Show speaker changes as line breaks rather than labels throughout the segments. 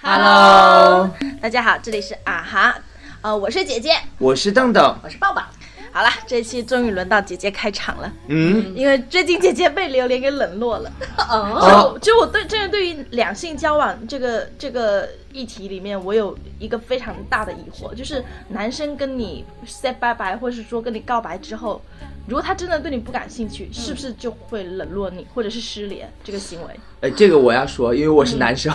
Hello，
大家好，这里是啊哈，呃，我是姐姐，
我是邓邓。
我是抱抱，
好了，这期终于轮到姐姐开场了，
嗯，
因为最近姐姐被榴莲给冷落了。
哦，
哦
就就我对真的对于两性交往这个这个议题里面，我有一个非常大的疑惑，就是男生跟你 say bye bye，或是说跟你告白之后，如果他真的对你不感兴
嗯
趣，是不是就会冷落你，或者是失联这个行为？
呃，这个我要说，因为我是男生，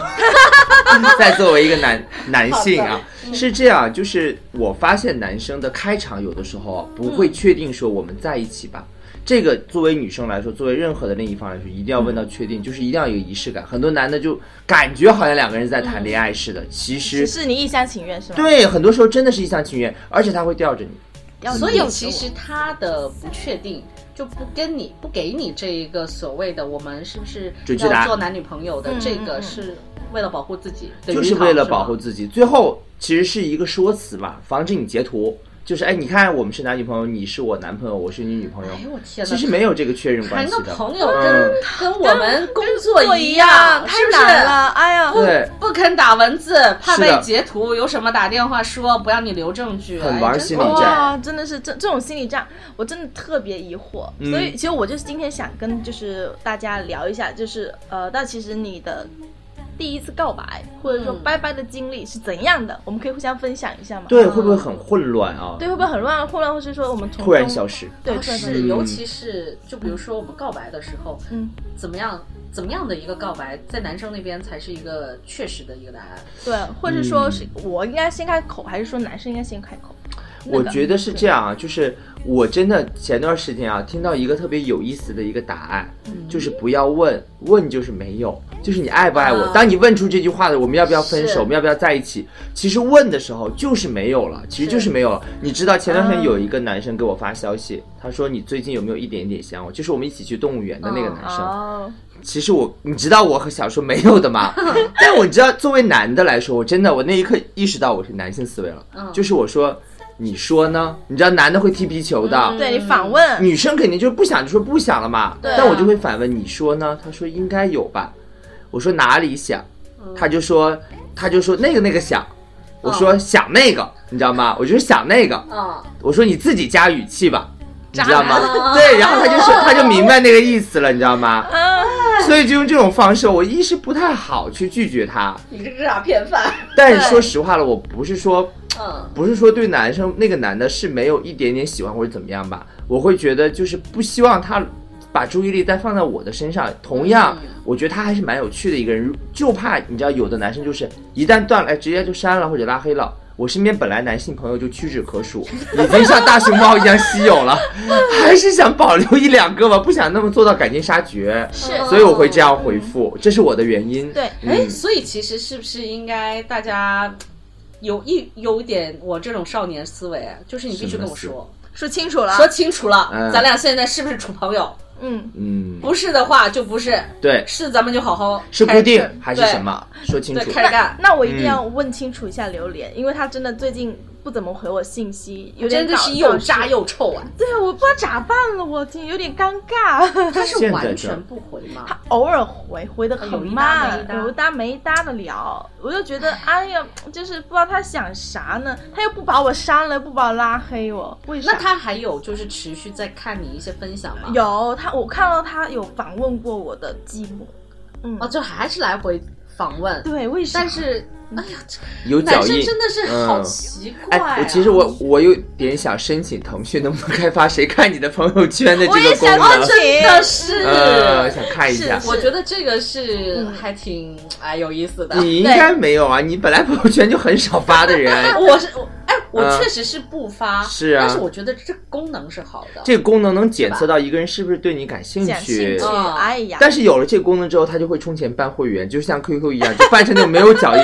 在作为一个男男性啊，是这样，就是我发现男生的开场有的时候啊不会确定说我们在一起吧。这个作为女生来说，作为任何的另一方来说，一定要问到确定，就是一定要有仪式感。很多男的就感觉好像两个人在谈恋爱似的，其
只
实
是你一厢情愿是吗？
对，很多时候真的是一厢情愿，而且他会吊着你。
吊着
所
你
以
走
其实他的不确定就不跟你不给你这一个所谓的我们是不是
准确答
要
案
做男女朋友
嗯
的这个是为了保护自己的
就
约
是
好
为了保护
吗
自己。最后其实是一个说辞嘛，防止你截图。就是哎，你看我们是男女朋友，你是我男朋友，我是你女朋友。
哎呦我天哪
其实没有这个确认关
谈
系
个
的。
朋友
嗯
跟跟我们工作
做
一
一样，
是不
太难
是？
了，哎呀，
对，
不肯打文字，怕
是
被
的
截图，有什么打电话说不让你留证据，
很
哎
玩
真
心理
恐怖
战
哇，真的是这这种心理战，我真的特别疑惑。
嗯
所以其实我就是今天想跟就是大家聊一下，就是呃，那其实你的第一次告白或者说
嗯
拜拜的经历是怎样的？我们可以互相分享一下吗？
嗯
对，会不会很混乱啊？
对，会不会很乱混乱，或是说我们从
突然
中
消？失。
对，
哦
突然消
是，
失
嗯
尤其是就比如说我们告白的时候，
嗯，
怎么样怎么样的一个告白，在男生那边才是一个确实的一个答案。
对，或者
嗯
说是我应该先开口，还是说男生应该先开口？
我觉得是这样啊，就是我真的前段时间啊，听到一个特别有意思的一个答案，
嗯
就是不要问，问就是没有，就是你爱不爱我。
啊
当你问出这句话的，我们要不要分
是
手，我们要不要在一起？其实问的时候就是没有了，其实就是没有了。你知道前段时
啊
间有一个男生给我发消息，他说你最近有没有一点点想我？就是我们一起去动物园的那个男
啊
生。
哦，
其实我，你知道我和小说没有 的吗？但我知道，作为男的来说，我真的我那一刻意识到我是男性思维了，
嗯
就是我说，你说呢？你知道男的会踢皮球的，
嗯
对你反问，
女生肯定就是不想就说不想了嘛。
对啊
但我就会反问，你说呢？他说应该有吧。我说哪里想？
嗯
他就说，他就说那个那个想。我
哦
说想那个，你知道吗？我就是想那个。
啊、
我说你自己加语 气吧，你知
渣
道
男哦
吗？ 对，然后他就说他就明白那个意思了，你知 道吗？所以就用这种方式，我一是不太好去拒绝他，
你这个诈骗犯。
但是说实话了，我不是说
嗯，
不是说对男生那个男的是没有一点点喜欢或者怎么样吧，我会觉得就是不希望他把注意力再放在我的身上。同样
嗯，
我觉得他还是蛮有趣的一个人，就怕你知道有的男生就是一旦断了，哎，直接就删了或者拉黑了。我身边本来男性朋友就屈指可数，已经像大熊猫一样稀有 了，还是想保留一两个吧，不想那么做到赶尽杀绝，
是
嗯
所以我会这样回复，这是我的原因。
对
哎，
嗯，
所以其实是不是应该大家有一有一点我这种少年思维，就是你必须跟我
什
说，
说清楚了啊，
说清楚了，
嗯
咱俩现在是不是处朋友？
嗯，
嗯，
不是的话就不是，
对，
是咱们就好好
是
开
固
始
定还是
对
什么？说清
对
楚。
开始干。
哎那我一定要问清楚一下榴莲，因为他真的最近不怎么回我信息，有点
哦真的
搞
是又渣
搞事
又臭啊！
对啊，我不知道咋办了，我天，有点尴 尬。
他是
现在
完
这
全不回吗？
他偶尔回回的很
哦有
慢
一搭没一，搭
有一搭没一搭的聊，我就觉得哎呀，就是不知道他想啥呢，他又不把我删了，又不把我拉黑我，为啥？
那他还有就是持续在看你一些分享吗？
有他，我看到他有访问过我的继母，嗯，
哦，就还是来回访问。
对，为啥？
但是，哎呀，这
有
男
脚
生
印，
真的是好奇怪、
哎，
啊
我其实我我有点想申请腾讯， 能不能开发谁看你的朋友圈的这
我也
个功
想哦
能？
真的是，
呃，想看一下
是。
我觉得这个是还挺哎有意思的。，
你应该没有啊，你本来 朋友圈就很少发的人
我是我哎，我
嗯
确实是不发，
是啊
但是我觉得这功能是好的。
这个功能能检测到一个人是不是对你感兴
感兴
趣
趣，
嗯
哎呀，
但是有了这个功能之后，他 就会充钱办会员，就像 QQ 一样，就办成那种没有脚印。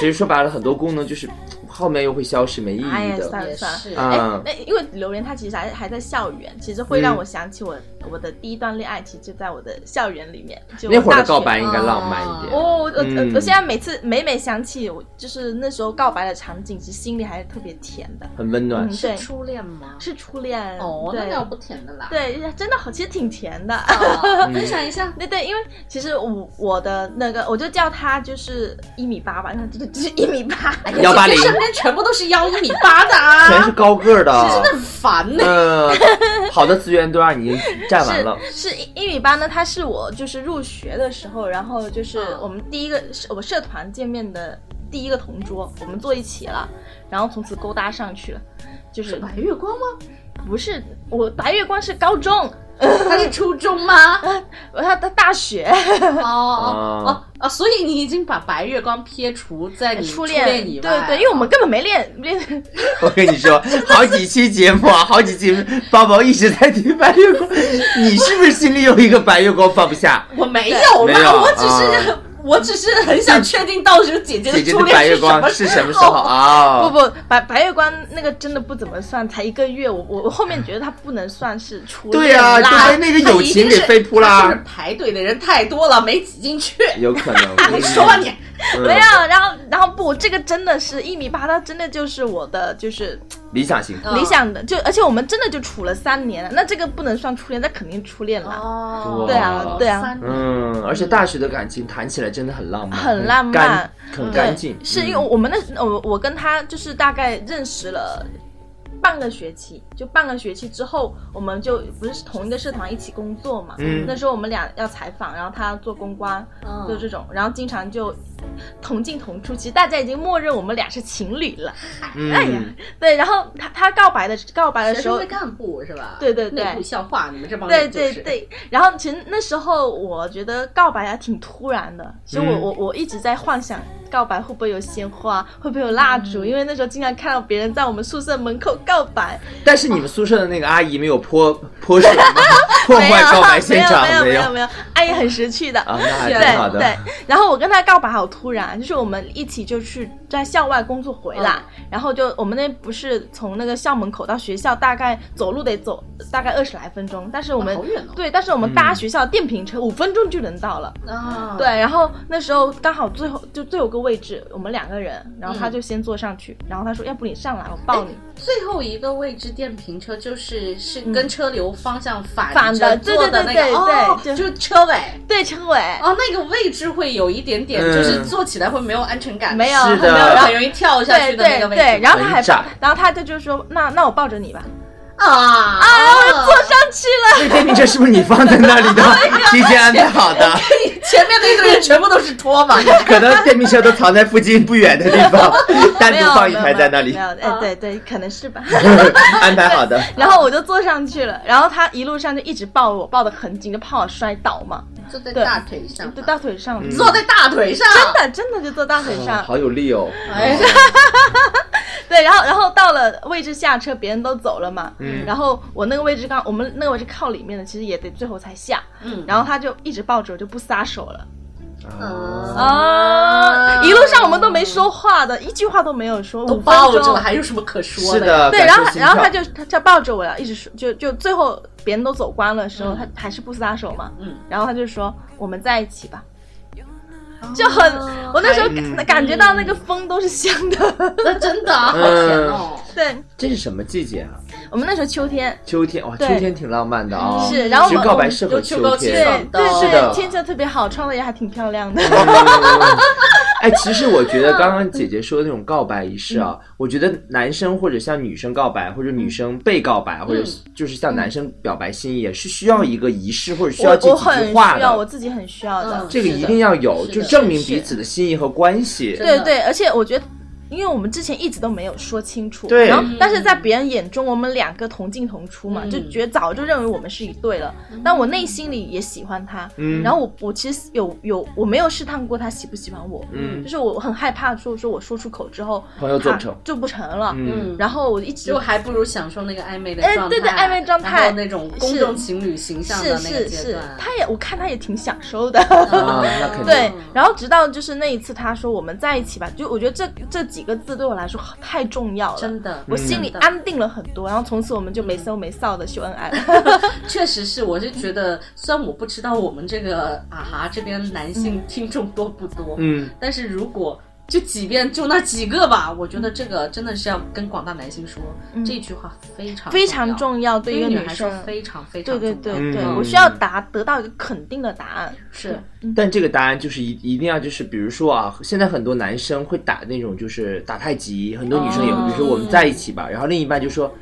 其实说白了，很多功能就是后面又会消失，没意
哎呀，
义的。
算了
也
算
是
了，哎、
嗯
那因为榴莲它其实还还在校园，其实会
嗯
让我想起我、我的第一段恋爱，其实就在我的校园里面。就
那会儿
大
的
学嗯
告白应该浪漫一
哦，
点。
我我我
嗯
我现在每次每每想起我就是那时候告白的场景，其实心里还是特别甜的，
很温暖
嗯，对，
初恋吗？
是初恋
哦，那要
对
不甜的啦。
对，真的好，其实挺甜的。
啊，
嗯
分享一下。
对对，因为其实我我的那个，我就叫他就是一米八吧，因为他就是一米八，
哎
幺八零
身边全部都是幺一米八的啊，
全是高个儿
真的
的。
很 烦呢。
嗯，好的资源都让你占完了。
是是一一米八呢，他是我就是入学的时候，然后就是我们第一个是我们社团见面的第一个同桌，我们坐一起了，然后从此勾搭上去了，就是
白月光 吗？
不是我白月光是高中，
他是初中 吗？
我他的大学，
哦哦
哦
哦哦，所以你已经把白月光撇除在你
嗯 初
恋
恋
以外，
对对，因为我们根本没恋恋，
我跟你说，好几期节目啊，好几期，宝宝一直在听白月光，你是不是心里有一个白月光放不下？
我没有
没
啦，
有
我只是、
啊
我只是很想确定到时候姐姐
姐
的
嗯姐
初
的白
恋
月
是什
光
么
是什么时候
不
啊？
不白白月光那个真的不怎么算，才一个月，我我我后面觉得他不能算是初恋
对呀、
啦
就被哎那个友情给飞扑
他就
啦，
是
嗯
排队的人太多了，没挤进去。
有可能。
还 说你，
嗯
没有，然后然后不，这个真的是一米八，他真的就是我的就是
理想型，
嗯
理想的，就而且我们真的就处了三年了，那这个不能算初恋，那肯定初恋了，
哦
对啊
对啊
三
嗯，而且大学的感情谈起来真的很浪漫，
很浪漫
干，很干净。
是因为
嗯
我们那呃我我跟他就是大概认识了。半个学期，就半个学期之后，我们就不是同一个社团一起工作嘛。
嗯
那时候我们俩要采访，然后他做公关，
嗯
就这种，然后经常就同进同出。其实大家已经默认我们俩是情侣了。
嗯，
哎呀，对，然后他他告白的告白的
学
时
生
候
会，干部是吧？
嗯对对对
内部校话，你们这帮
对
人就
对
是。啊
对，然后其实那时候我觉得告白还挺突然的，其实我、
嗯
我我一直在幻想告白会不会有鲜花，会不会有蜡
嗯
烛，因为那时候经常看到别人在我们宿舍门口告白，
但是你们宿舍的那个阿姨没有泼泼水吗？破
没
坏
有
告白现场
没有没
有
有没有，阿姨很识趣的。
啊？那还
对
挺好的。
对，然后我跟他告白好突然，就是我们一起就去在校外工作回来，
嗯
然后就我们那不是从那个校门口到学校大概走路得走大概二十来分钟，但是我们、
啊好远哦
对，但是我们搭
嗯
学校电瓶车五分钟就能到了。
啊，
对，然后那时候刚好最后就最后个位置，我们两个人，然后他
嗯哎
就先坐上去，然后他说要不你上来，我抱你。
最后一个位置电瓶车就是是跟车流方向反
嗯反
着
的
坐的那
对对
个
对
哦
对嗯
就是车尾
对，陈伟，
哦，那个位置会有一点点，
嗯
就是坐起来会没有安全感，
没有
是
没
的
有，然后
很容易跳下
对
去的那
对
个位置。
对，然后他还
很窄
抱，然后他就就说那那我抱着你吧，
啊啊，
坐上去了。
那电瓶车是不是你放在那 里的？
哎
提前安排好的，
前面那一堆人全部都是 拖把，
可能电瓶车都藏在附近不远的地方，单
没
独
有
放一
没有
台
没
在
有
那里
没，有，哎
啊，
对对，可能是 吧。
安排好的。
然后我就坐上去了，然后他一路上就一直抱我，抱得很紧，就怕我摔倒嘛，
坐在
对
大腿上吧，
就大腿上，
嗯
坐在大腿上，
真的真的就坐大腿
哦
上。
好有力哦！
哎
对，然后然后到了位置下车，别人都走了嘛，
嗯
然后我那个位置刚，我们那个位置靠里面的，其实也得最后才下，
嗯，
然后他就一直抱着我就不撒手了嗯
啊，
啊，一路上我们都没说话的，一句话都没有说，
都
五分
抱
钟
着了，还有什么可说
是的，
对，
感
然
受
后
心
然后
跳
他就他他抱着我了，一直说，就就最后别人都走光了的时候，
嗯
他还是不撒手嘛，
嗯，
然后他就说我们在一起吧。就很，我那时候
哦嗯
感感觉到那个风都是香的。
那真的好甜哦。
对
这是什么季节啊？
我们那时候秋天，
秋天哇，秋
对嗯
天挺浪漫的啊。
是然后
其实
我
告白适合
有秋高气
天。
对对
爽的
是的哦
对，天气特别好，穿的也还挺漂亮的。
嗯哎，其实我觉得刚刚姐姐说的那种告白仪式啊，
嗯
我觉得男生或者像女生告白，或者女生被告白，
嗯
或者就是向男生表白心意，也是需要一个仪式，或者需
我
要这
我
几
很
句话
需要，我
的。
自己很需要的
嗯。
这个
是的
一定要有，
是
就
的
证明
是
彼此的心意和关系。
是
对
真的
对，而且我觉得。因为我们之前一直都没有说清楚，
对
然后但是在别人眼中，我们两个同进同出嘛，
嗯
就觉得早就认为我们是一对了。但我内心里也喜欢他，
嗯
然后我我其实有有我没有试探过他喜不喜欢我，
嗯
就是我很害怕说说我说出口之后，
朋友做不成
他就不成了。
嗯，
嗯，
然后我一直
就还不如享受那个暧昧的
哎
状态，
对对暧昧状态
然后那种公众情侣形象
是
的那个
是
阶
是
段，。
他也我看他也挺享受的。
啊，那肯 定。
对
嗯，
然后直到就是那一次，他说我们在一起吧，就我觉得这这几几个字对我来说太重要了，
真的
我心里
嗯
安定了很多。然后从此我们就没羞没臊的秀恩爱 了。
确实是，我是觉得，虽然我不知道我们这个啊哈这边男
嗯
性听众多不多，
嗯，
但是如果就即便就那几个吧，我觉得这个真的是要跟广大男性说，这句话非常
嗯非常
重
重要，
要，
对一
对于
个
女
女
孩
生
说。非常非常
对
重
对
要。
对
嗯
对，
嗯
我需要答得到一个肯定的答案。
是
但这个答案就是一一定要就是，比如说啊，现在很多男生会打那种就是打太极，很多女生也会，
哦
比如说我们在一起吧，然后另一半就说，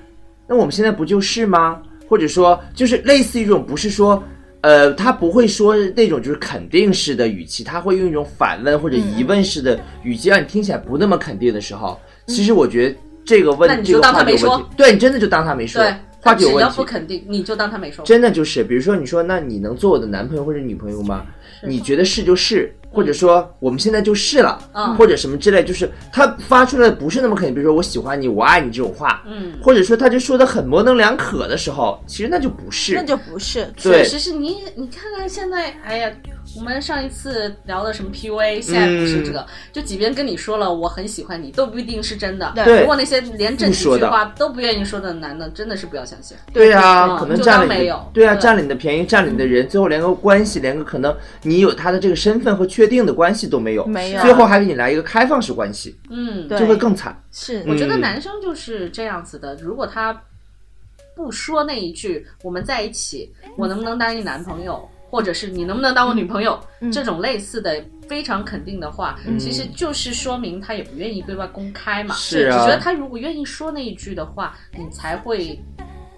那我们现在不就是吗？或者说就是类似于这种，不是说。呃，他不会说那种就是肯定式的语气，他会用一种反问或者
嗯
疑问式的语气，让你听起来不那么肯定的时候，其实我觉得这个
嗯那
问
你
这
就
个
当
话
他
题
没
有问
说
题，对你真的就当他没说
对，，
话
他
题有
只
问
要
题，
不肯定，你就当他没说。
真的就是，比如说你说，那你能做我的男朋友或者女朋友吗？你觉得是就是，或者说我们现在就是了，
嗯
或者什么之类，就是他发出来的不是那么肯定，比如说我喜欢你，我爱你这种话，
嗯，
或者说他就说的很模棱两可的时候，其实那就不是，
那就不是，
对
确实是你，你看看现在，哎呀，我们上一次聊的什么 PUA，现在不是
嗯
这个，就即便跟你说了我很喜欢你，都不一定是真的。
对
如果那些连这
不
几
说
句
的
话都不愿意说的男的，真的是不要相信。
对啊，
嗯
可能
就
占了
当
你
没
的
有，
对啊，
对
占了你的便宜，占了你的人，最后连个关系，连个可能你有他的这个身份和确定的关系都没有，
没有
最后还给你来一个开放式关系，
嗯，
对
就会更惨。
是
我觉得
嗯
男生就是这样子的，如果他不说那一句“我们在一起，我能不能当你男朋友”，或者是“你能不能当我女朋友”
嗯
这种类似的非常肯定的话，其实就是说明他也不愿意对外公开嘛。
是啊
只觉得他如果愿意说那一句的话，你才会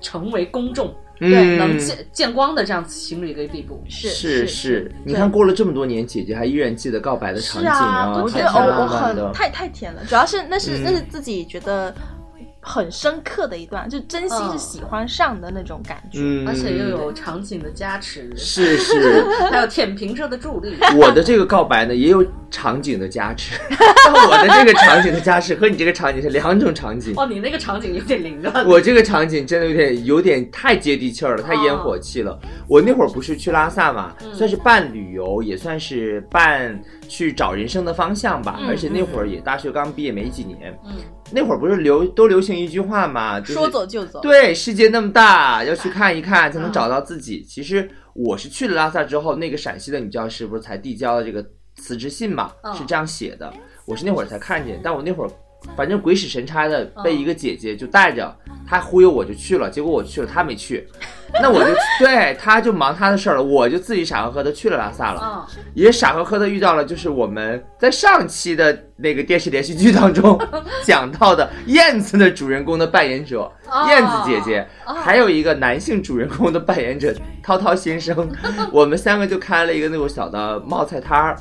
成为公众。
对
能
嗯
见见光的这样子情侣的一个地步，
是
是
是，
你
对
看过了这么多年，姐姐还依然记得告白的场
是
景
啊，我觉
太
得
浪
我我
漫
很
的。
太太甜了，主要是那是
嗯
那是自己觉得很深刻的一段，就真心
嗯
是喜欢上的那种感觉。
嗯，
而且又有场景的加持，
是 是，
还有舔屏社的助力。
我的这个告白呢也有场景的加持， 但我的这个场景的加持和 你这个场景是两种场景。
哦，你那个场景有点灵啊！
我这个场景真的有点有点太接地气儿
哦
了，太烟火气了。我那会儿不是去拉萨嘛，
嗯
算是半旅游，也算是半去找人生的方向
嗯
吧。而且那会儿也大学刚毕业没几年，
嗯，
那会儿不是流都流行一句话嘛，就是
说走就走，
对，世界那么大，要去看一看才能找到自
嗯
己。其实我是去了拉萨之后，那个陕西的女教师不是才递交了这个辞职信嘛，
嗯
是这样写的。我是那会儿才看见，但我那会儿反正鬼使神差的
嗯
被一个姐姐就带着，她忽悠我就去了，结果我去了，她没去。那 我就对，她就忙她的事儿了，我就自己傻呵呵的去了拉萨了，
嗯，
也傻呵呵的遇到了，就是我们在上期的那个电视连续剧当 中讲到的燕子的主人公的扮演者，
哦
燕子姐姐，
哦
还有一个男性主人公的扮演者涛涛先 生，我们三个就开了一个那种小的冒菜摊儿。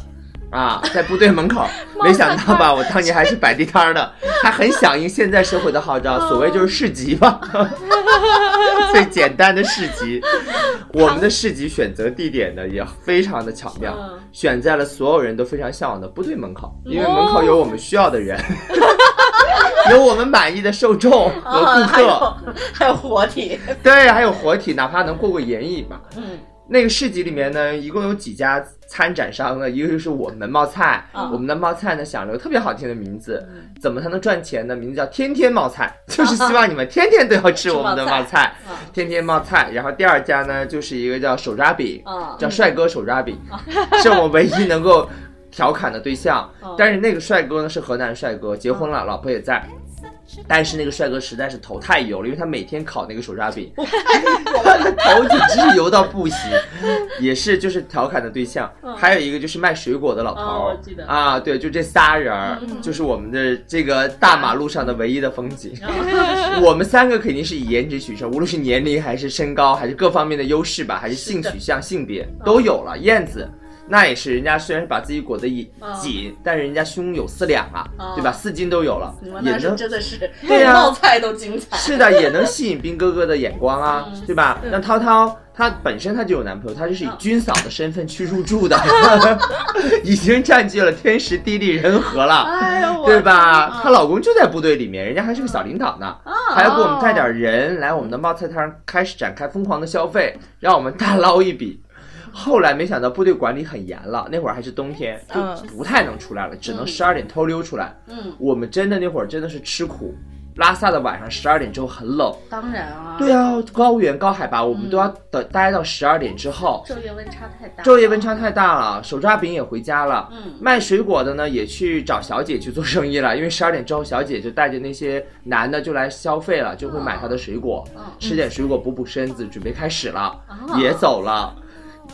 啊，在部队门 口，没想到吧？我当年还是摆地摊儿的，还很响应现在社会的号召，
哦
所谓就是市集吧， 最简单的市集。我们的市集选择地点呢，也非常的巧妙
嗯，
选在了所有人都非常向往的部队门口，因为门口有
哦
我们需要的人， 有我们满意的受众和顾
啊，还
客。
有还有活体，
对，还有活体，哪怕能过过眼瘾吧。
嗯，
那个市集里面呢，一共有几家参展商呢？一个就是我们的冒菜，
嗯
我们的冒菜呢想了个特别好听的名字，怎么才能赚钱呢？名字叫天天冒菜，就是希望你们天天都要吃我们的冒
吃冒
菜，
嗯
天天冒菜。然后第二家呢，就是一个叫手抓饼，
啊，
叫帅哥手抓饼，
哦
是我唯一能够调侃的对象
嗯。
但是那个帅哥呢是河南帅哥，结婚了，老婆也在。但是那个帅哥实在是头太油了，因为他每天烤那个手抓饼，
哦
他的 头简直是油到不行，也是就是调侃的对象。还有一个就是卖水果的老头
嗯哦
儿
我记得嗯
啊，对，就这仨人儿，就是我们的这个大马路上的唯一的风景。我们三个肯定是以颜值取胜，无论是年龄还是身高，还是各方面的优势吧，还是性取向、性别都有了。燕子。那也是，人家虽然把自己裹得紧，紧，但是人家胸有四两啊，
嗯
对吧？四斤都有了
你们，
也
那是
能
真的是，
对呀
冒菜都精彩，
是的，也能吸引兵哥哥的眼光啊，对吧？那涛涛她本身她就有男朋友，她就是以军嫂的身份去入住的， 已经占据了天时地利人和了。
哎呦，我
对吧？她老公就在部队里面，人家还是个小领导呢，
啊
还要给我们
嗯
带点人来我们的冒菜摊儿开始展开疯狂的消费，让我们大捞一笔。后来没想到部队管理很严了，那会儿还是冬天，就
嗯
不太能出来了，只能
嗯
十二点偷溜出来。
嗯，
我们真的那会儿真的是吃苦，拉萨的晚上十二点之后很冷。
当然啊，嗯
对啊，高原高海拔，我们都要等待到十二点之后。
昼夜温差太大，
昼夜温差，太大了，手抓饼也回家了。
嗯
卖水果的呢也去找小姐去做生意了，因为 十二点之后，小姐就带着那些男的就来消费了，就会买她的水果，
嗯
吃点水果补补身子，准备开始了，
哦
也走了。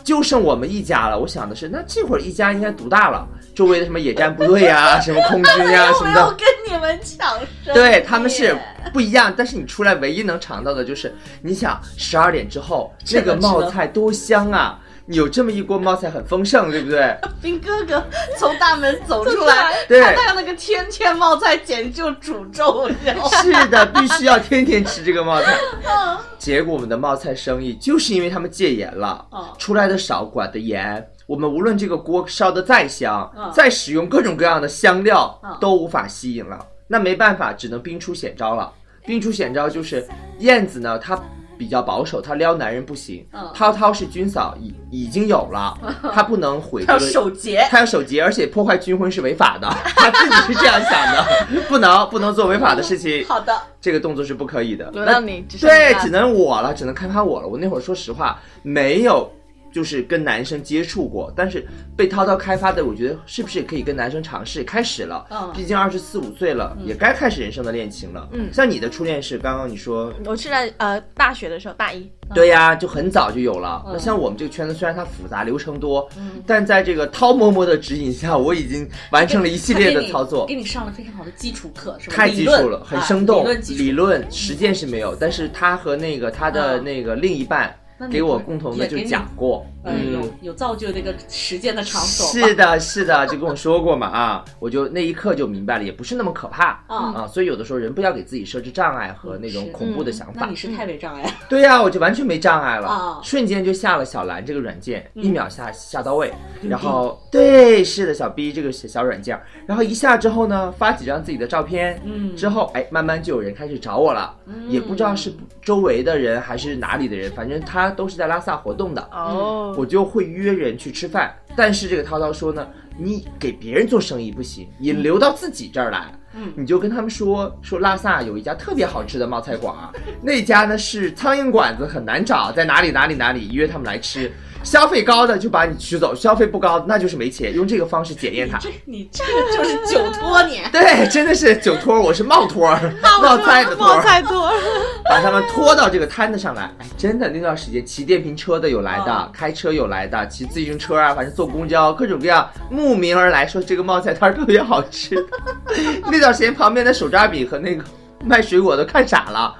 就剩我们一家了，我想的是，那这会儿一家应该独大了，周围的什么野战部队呀、 什么空军呀、什么的，
跟你们抢生意
对，他们是不一样，但是你出来唯一能尝到的就是，你想十二点之后那
这个
个
值
冒
得
菜多香啊！你有这么一锅冒菜很丰盛，对不对？
兵哥哥从大门走出来，
对
看到那个天天冒菜，简直就诅咒，你知道吗？
是的，必须要天天吃这个冒 菜。
嗯
结果我们的冒菜生意就是因为他们戒严了
哦，
出来的少，管得严。我们无论这个锅烧的再香
嗯，
再使用各种各样的香料
嗯，
都无法吸引了。那没办法，只能兵出险招了。
哎
兵出险招就是燕子呢，她比较保守，她撩男人不行
嗯。
涛涛是军嫂，已已经有 了，她不能毁
要
这个
守节，
他要守节，而且破坏军婚是违法的， 他自己是这样想的， 不能不能做违法的事情，
好的，
这个动作是不可以的。
轮到你，只剩
对
你，了
只能我了，只能开发我了。我那会儿说实话，没有就是跟男生接触过，但是被涛涛开发的，我觉得是不是也可以跟男生尝试？开始了，
嗯
毕竟二十四五岁了，也该开始人生的恋情了。
嗯
像你的初恋是刚刚你说
我是在呃大学的时候，大一，
对呀、就很早就有了。那
嗯
像我们这个圈子，虽然它复杂流程多，
嗯
但在这个涛嬷嬷的指引下，我已经完成了一系列
他给
的
你
操作
给，你上了非常好的基础课，是吧？
太基础
理
了，
论
很生动。
啊理论基础
理论实践是没有，但是他和那个他的
嗯
那个另一半
那你
给我共同的
也
就
给你
讲过，
嗯，
嗯
有。有造就这个实践的场所吧，
是的，是的，就跟我说过嘛啊，我就那一刻就明白了，也不是那么可怕
嗯
啊，所以有的时候人不要给自己设置障碍和那种
是嗯
恐怖的想
那
法
你。是太没障碍了，
对呀、我就完全没障碍了，
啊
瞬间就下了小蓝这个软件，一秒下下到位，然后对，是的，小 B 这个小小软件，然后一下之后呢，发几张自己的照片，
嗯
之后哎，慢慢就有人开始找我了，也不知道是周围的人还是哪里的人，反正他都是在拉萨活动的，
哦，
嗯我就会约人去吃饭。但是这个涛涛说呢，你给别人做生意不行，引流到自己这儿来。
嗯
你就跟他们说说拉萨有一家特别好吃的冒菜馆儿，那家呢是苍蝇馆子，很难找，在哪里哪里哪里，约他们来吃。消费高的就把你取走，消费不高的那就是没钱。用这个方式检验他，
这你这个就是酒托你。
对，真的是酒托儿，我是冒托儿，冒菜的托儿。
太多，
把他们拖到这个摊子上来。哎，真的那段时间，骑电瓶车的有来的，
嗯
开车有来的，骑自行车啊，反正坐公交，各种各样慕名而来说这个冒菜摊儿特别好吃。 那段时间，旁边的手抓饼和那个卖水果都看傻了。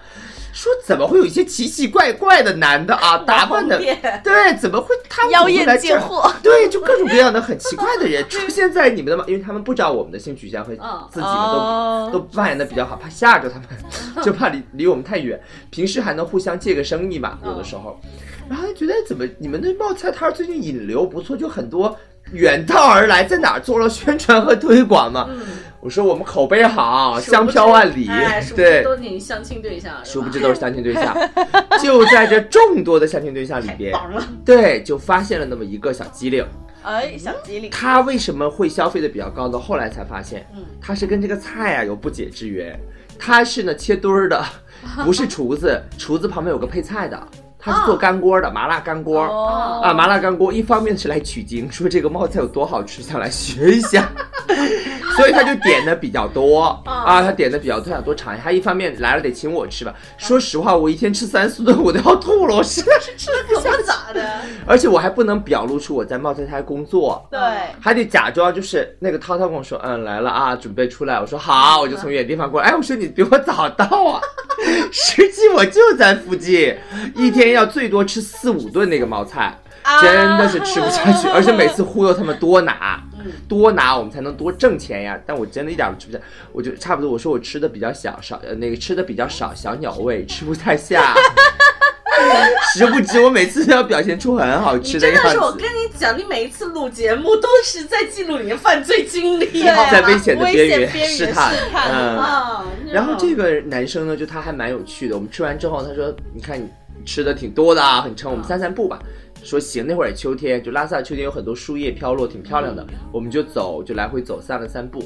说怎么会有一些奇奇怪怪的男的啊，打扮的
疯癫
对，怎么会他们怎
妖
么会来
艳
这
贱
儿
货，
对，就各种各样的很奇怪的人出现在你们的 嘛，因为他们不知道我们的性取向和
嗯
自己的都、
哦
都扮演的比较好，怕吓着他们， 就怕离离我们太远。平时还能互相借个生意
嗯
嘛，有的时候，然后就觉得怎么你们那冒菜摊儿最近引流不错，就很多。远道而来，在哪儿做了宣传和推广嘛？我说我们口碑好，
嗯殊不
香
知
飘万里，
哎，殊不知
对，
都你相亲对象，是
殊
吧
不知都是相亲对 象。就在这众多的相亲对象里边，
绑了，
对，就发现了那么一个小机灵，
哎，小机灵，
他为什么会消费的比较高呢？后来才发现，
嗯
他是跟这个菜啊有不解之缘。他是呢切墩儿的，不是厨子，厨子旁边有个配菜的，他是做干锅的，麻辣干锅。
哦
啊，麻辣干锅，一方面是来取经，说这个冒菜有多好吃，想来学一下，所以他就点的比较多啊，他点的比较多，想多尝一下。他一方面来了得请我吃吧，说实话，我一天吃三四顿我都要吐了，我实在是吃，
怎么咋的？
而且我还不能表露出我在冒菜摊工作，
对，
还得假装就是那个涛涛跟我说，嗯，来了啊，准备出来。我说好，我就从远地方过来。哎，我说你比我早到啊，实际我就在附近，一天要最多吃四五顿那个冒菜，
啊
真的是吃不下 去，而且每次忽悠他们多拿。多拿我们才能多挣钱呀！但我真的一点都吃不下，我就差不多我说我吃的比较小少，呃，那个吃的比较少，小鸟胃吃不太下。 时不知我每次都要表现出很好
你
吃
真
样
的
子。
是我跟你讲，你每一次录节目都是在记录你的犯罪经历
对啊
在危险的边
危
缘
险边缘
试探
试探
嗯，
啊。你知道
然
吗
后这个男生呢，就他还蛮有趣的。我们吃完之后，他说：“你看你吃的挺多的啊，很撑，我们散散步吧。”说行，那会儿也秋天，就拉萨秋天有很多树叶飘落，挺漂亮的。
嗯
我们就走，就来回走，散了散步。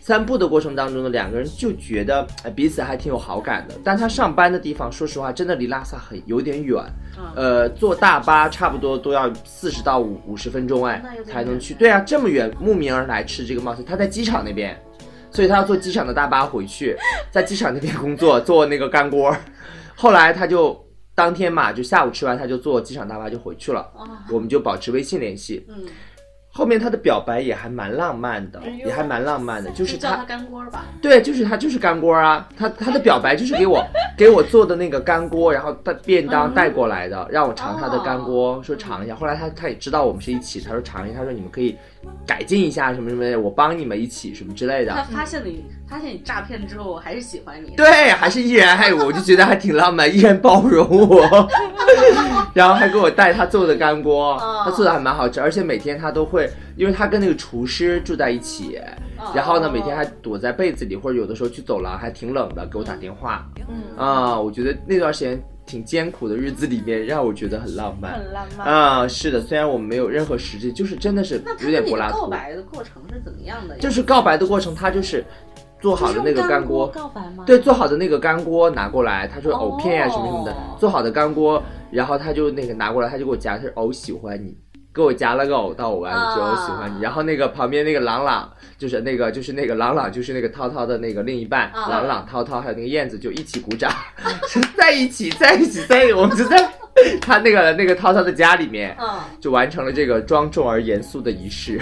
散步的过程当中呢，两个人就觉得哎彼此还挺有好感的。但他上班的地方，说实话，真的离拉萨很有点远，
嗯
呃，坐大巴差不多都要四十到五五十分钟哎
那有点
才能
远
去。对啊，这么远慕名而来吃这个冒险，他在机场那边。所以他要坐机场的大巴回去，在机场那边工作，做那个干锅儿。后来他就当天嘛，就下午吃完，他就坐机场大巴就回去了。我们就保持微信联系。
啊嗯，
后面他的表白也还蛮浪漫的，
哎呦
也还蛮浪漫的，就是
就叫他
他，
干锅儿吧。
对，就是他就是干锅啊，他他的表白就是给我给我做的那个干锅，然后带便当带过来的，让我尝他的干锅，说尝一下。后来他他也知道我们是一起，他说尝一下，他说你们可以改进一下什么什么的，我帮你们一起什么之类的。
他 发现你发现你诈骗之后，我还是喜欢你。
对，还是依然爱我，我就觉得还挺浪漫，依然包容我，然后还给我带他做的干锅，他做的还蛮好吃，而且每天他都会，因为他跟那个厨师住在一起，
哦
然后呢，每天还躲在被子里，或者有的时候去走廊还挺冷的，给我打电话，
嗯，
啊、我觉得那段时间挺艰苦的日子里面，让我觉得很浪漫，
很浪漫。
啊、是的，虽然我们没有任何实际，就是真的是
那他
有点
跟你
柏拉
的告
图，
白的过程是怎么样的呀？
就是告白的过程，他就是做好
就是
的
用
那个
干
干锅。
告白
啊
吗？
对，做好的那个干锅拿过来，他说藕片啊什么什么的，
哦
做好的干锅，然后他就那个拿过来，他就给我夹，他说藕喜欢你，给我夹了个藕到我碗里，说
啊
藕喜欢你。然后那个旁边那个朗朗，就是那个就是那个朗朗，就是那个涛涛的那个另一半，
啊
朗朗、涛涛还有那个燕子就一起鼓掌， 就在一起，在一起，在一起，我们就在他那个那个涛涛的家里面。
嗯，
就完成了这个庄重而严肃的仪式，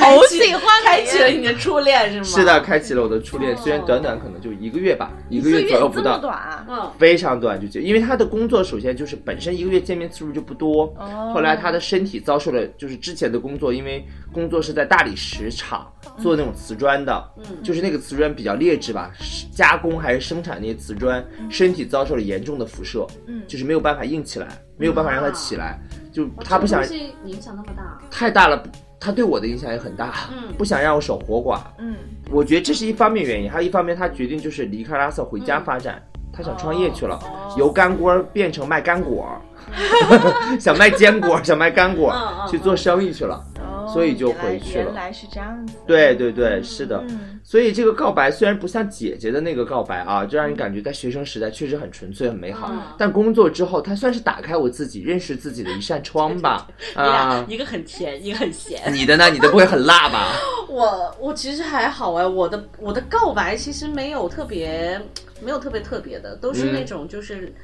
好喜欢啊你
开启了你的初恋是吗？
是的，，开启了我的初恋。虽然
哦
短短可能就一个月吧，一
一
个月左右不
这
到
么，短啊，
嗯，
非常短就结，因为他的工作首先就是本身一个月见面次数就不多，
哦
后来他的身体遭受了就是之前的工作，因为工作是在大理石厂做那种瓷砖的，
嗯
就是那个瓷砖比较劣质吧，是加工还是生产那些瓷砖，
嗯
身体遭受了严重的辐射，
嗯
就是没有办法硬起来，没有办法让他起来，就
哦
他不想
这个东西影响那么大，
太大了，他对我的影响也很大，
嗯
不想让我守活寡，
嗯，
我觉得这是一方面原因，还有一方面他决定就是离开拉萨回家发展，
嗯
他想创业去了，
哦
由干锅变成卖干果， 想卖坚果，想卖干果，
嗯嗯
去做生意去了。
哦
所以就回去
原
了
来原来是这样子，
对对对，是的。
嗯
所以这个告白虽然不像姐姐的那个告白啊，就让你感觉在学生时代确实很纯粹、很美好，
嗯
但工作之后，它算是打开我自己、认识自己的一扇窗吧。
你俩
啊，
一个很甜，一个很咸。
你的呢？你的不会很辣吧？
我我其实还好哎，我的我的告白其实没有特别没有特别特别的，都
嗯
是那种就是。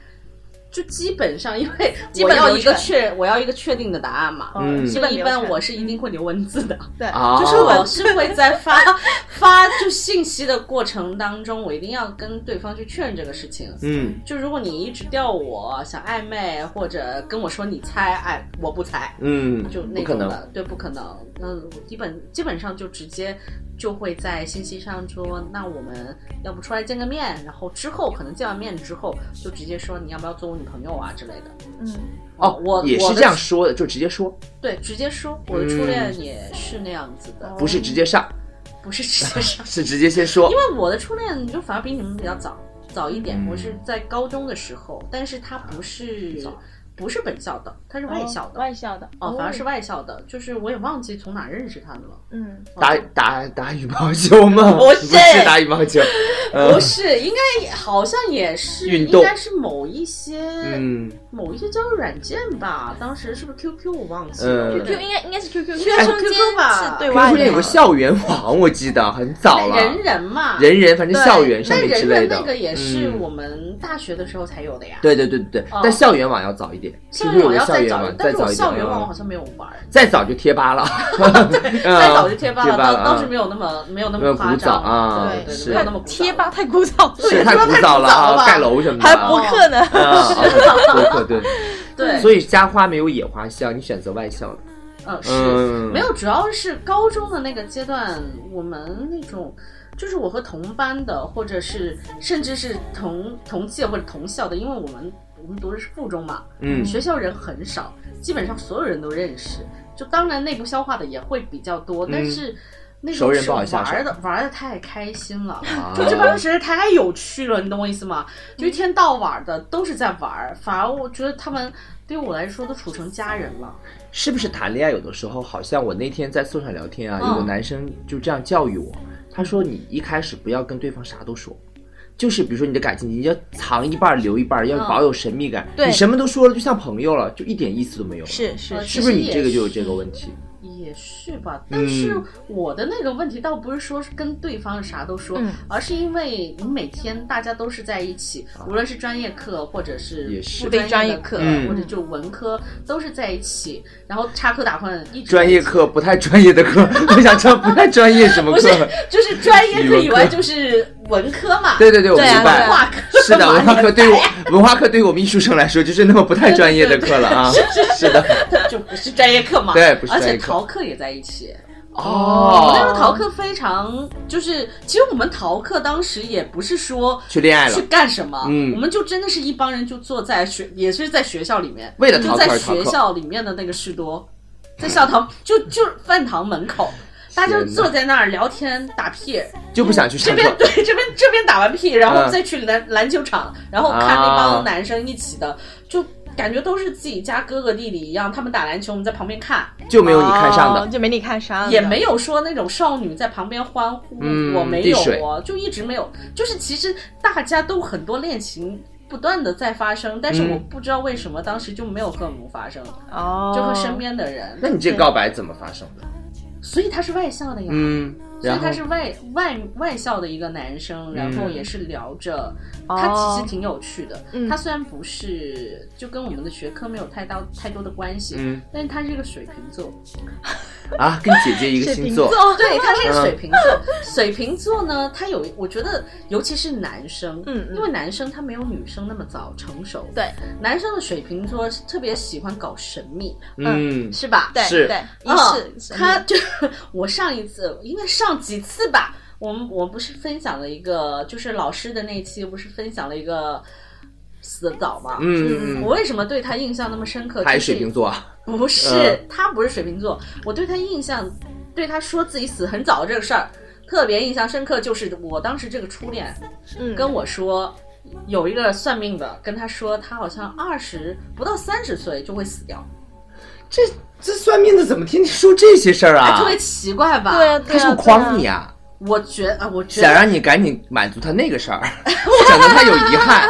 就基本上，因为
基本
我要
流
一个
程
确，我要一个确定的答案嘛。
嗯
所以一般我
是
是一定会留文字的，哦
对
啊，
就是我是会在发发就信息的过程当中，我一定要跟对方去确认这个事情。
嗯
就如果你一直吊我想暧昧，或者跟我说你猜，哎，我不猜，
嗯，
就
不
那
可
种
能。
的，对，不可能。那我基本基本上就直接就会在信息上说，那我们要不出来见个面，然后之后可能见完面之后，就直接说你要不要做我女朋友啊之类的。
嗯
哦，
我
也
我
是
的
这样嗯说的，就直接说，
对，直接说我的初恋也是那样子的，
不是直接上，
不是直接上，
是直接先说
因。为我的初恋就反而比你们比较早早一点，我
嗯
是在高中的时候，但是他不是不是本校的，他是外校
哦
的。
外校的
哦，反而是外校的，就是我也忘记从哪儿认识他的了。哦
嗯
打打打羽毛球吗？
不是
是打羽毛球，呃
不，是，应该也好像也是，
运动
应该是某一些、
嗯，
某一些交友软件吧。当时是不是 QQ 我忘记
嗯
了
，Q 应该应该是哎 QQ，
应该是 QQ 吧
是对
那
外
中间有
的
个，校园网，我记得很早了，
人人嘛，
人人反正
对
校园上面
但
之
人
类
人
的，
那个也是
嗯
我们大学的时候才有的呀。
对对对对对
哦，
但校园网要早一点，
校园
有
网要
个校
再
园
早，
网
但
再
是我
早一点，
校园网好
嗯
像没有玩儿，
再早就贴 吧了，嗯
再
再
早就贴吧了，当当时没
有。
有那么没有那
啊没有
么
古
夸
早
张
啊
对对，
是
对没有那么古早
贴吧太枯燥，
是太
说
古
太
早
古
了
早了
啊，
吧
盖楼什么的
还
啊，
博客呢，
啊啊，博客对，
对，
所以家花没有野花香，你选择外校的，
嗯，是
嗯
没有，主要是高中的那个阶段，我们那种就是我和同班的，或者是甚至是同同届或者同校的，因为我们我们读的是附中嘛，
嗯
学校人很少，基本上所有人都认识，就当然内部消化的也会比较多，但是。那
嗯熟
种
人不
手
好下手
玩的玩的太开心了。
啊嗯
就这帮人实在太有趣了，你懂我意思吗？就一天到晚的都是在玩儿，反而我觉得他们对我来说都处成家人了。
是不是谈恋爱有的时候，好像我那天在宿舍聊天啊，
嗯
有个男生就这样教育我，他说你一开始不要跟对方啥都说。就是比如说你的感情，你要藏一半儿留一半儿，要
嗯
保有神秘感。
对
你什么都说了，就像朋友了，就一点意思都没有了。
是是
呃
是，
是不是你
其实
这个
也
就有这
是
个问题？
也是吧，但是
嗯
我的那个问题倒不是说是跟对方啥都说，
嗯
而是因为你每天大家都是在一起，无论是专业课或者是
啊也是
不
非
专
专
业
业
的
课
嗯
或者就文科都是在一起，然后插科打诨，一直
专业课不太专业的课， 我想知道不太专业什么
不是
课？
就是专业课以
语
外
文课
就是文科嘛，
对对对，我
对啊
明白
文。化课
是的，文化课对于我文化课对于我们艺术生来说，就是那么不太专业的课了啊。是的，
就不是专业课嘛，
对不是
而
专
且
业课
逃课也在一起。我那时候
哦，
逃课非常就是，其实我们逃课当时也不是说
去恋爱了
去，干什么？
嗯
我们就真的是一帮人就坐在学，也是在学校里面，
为了逃
就
课
在
而逃
学
课
校里面的那个士多，在校堂就就是饭堂门口，大家就
天哪
坐在那儿聊天打屁，
就不想去
这
上
边
课。
对这边这边打完屁，然后
嗯啊
再去篮篮球场，然后看那帮男生一起的，就感觉都是自己家哥哥弟弟一样，他们打篮球，我们在旁边看。
就没有你看上的
哦，就没你看上的，
也没有说那种少女在旁边欢呼，
嗯
我没有
递水
哦，就一直没有。就是其实大家都很多恋情不断的在发生，但是
嗯
我不知道为什么当时就没有和我们发生，
哦，
就和身边的人。
那你这个告白怎么发生的？
所以他是外校的呀，
嗯，
所以
然后嗯
他是外外外校的一个男生，然后也是聊着，
哦
他其实挺有趣的。
嗯
他虽然不是就跟我们的学科没有太大太多的关系，
嗯
但是他是一个水瓶座。
啊，跟姐姐一个星座
水瓶，
对，他是一
嗯
个水瓶座。水瓶座呢，他有，我觉得尤其是男生，
嗯嗯
因为男生他没有女生那么早成熟，
对，
男生的水瓶座是特别喜欢搞神秘，
嗯，
是吧？
对
是
对，
嗯，
仪式，
他就我上一次，应该上几次吧，我们我不是分享了一个，就是老师的那一期不是分享了一个死得早嘛，
嗯嗯
我为什么对他印象那么深刻？
还
就是是
水瓶座啊，
不是，
呃
嗯
他不是水瓶座。我对他印象，对他说自己死很早这个事儿，特别印象深刻。就是我当时这个初恋
嗯，
跟我说，有一个算命的跟他说，他好像二十不到三十岁就会死掉，
这这算命的怎么天天说这些事儿
哎
啊
特？别奇怪吧？
对啊，
他
对
是
啊，
不是诓你啊？
我觉啊，我觉
想
得
让你赶紧满足他那个事儿， 省得他有遗憾。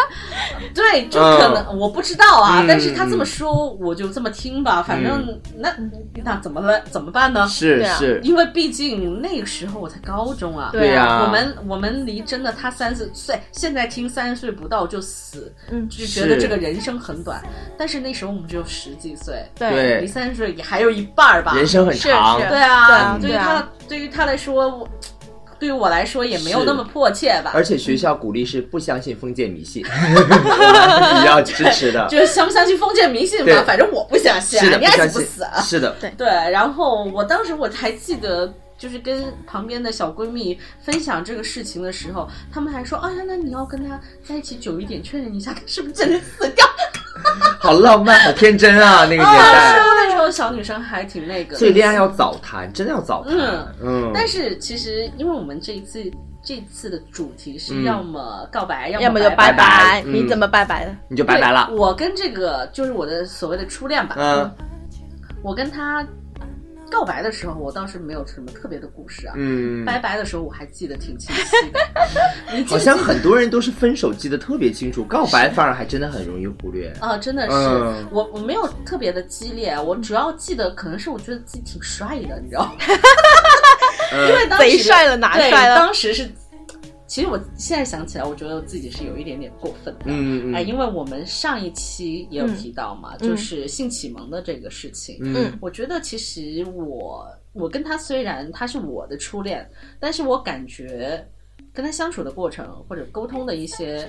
对，就可能、我不知道啊，
嗯
但是他这么说，我就这么听吧，反正、
嗯
那那怎么了？怎么办呢？
是
对啊
是，
因为毕竟那个时候我才高中啊，
对
呀、
我们我们离真的他三十岁，现在听三十岁不到就死，
嗯
就觉得
是
这个人生很短。但是那时候我们只有十几岁，
对
对
离三十岁也还有一半儿吧。
人生很
是
长，
是
对
对啊
啊，对于
对啊
他对于他来说，我对于我来说也没有
是
那么迫切吧
而。且学校鼓励是不相信封建迷 信，我们比较支持的。
就是相不相信封建迷信吧
对，
反正我不相信啊，
是的，
你
不
爱
相
死
信
不死啊？
是的，
对，然后我当时我还记得，就是跟旁边的小闺蜜分享这个事情的时候，她们还说：“哎呀，那你要跟他在一起久一点，确认一下他是不是真的死掉。
好浪漫，好天真啊，那个年”
哦但是
代。
那时候小女生还挺那个的，
所以恋爱要早谈，真的要早谈。
嗯
嗯，
但是其实因为我们这一次这次的主题是
嗯
要么告白，
要
么
么就
拜
拜
拜嗯
你怎么拜拜的？
你就
对
拜拜了。
我跟这个就是我的所谓的初恋吧，
嗯
我跟他告白的时候，我倒是没有什么特别的故事啊。
嗯，
拜拜的时候我还记得挺清晰的， 你记不
好
记得
像很多人都是分手记得特别清楚，告白反而还真的很容易忽略。
啊，真的是、
嗯
我我没有特别的激烈，我主要记得可能是我觉得自己挺帅的，你知道吗？ 因为当时
贼帅了哪
对
帅了
当时是，其实我现在想起来，我觉得我自己是有一点点过分的。
嗯
哎，
嗯
因为我们上一期也有提到嘛，
嗯
就是性启蒙的这个事情。
嗯
我觉得其实我我跟他虽然他是我的初恋，但是我感觉跟他相处的过程或者沟通的一些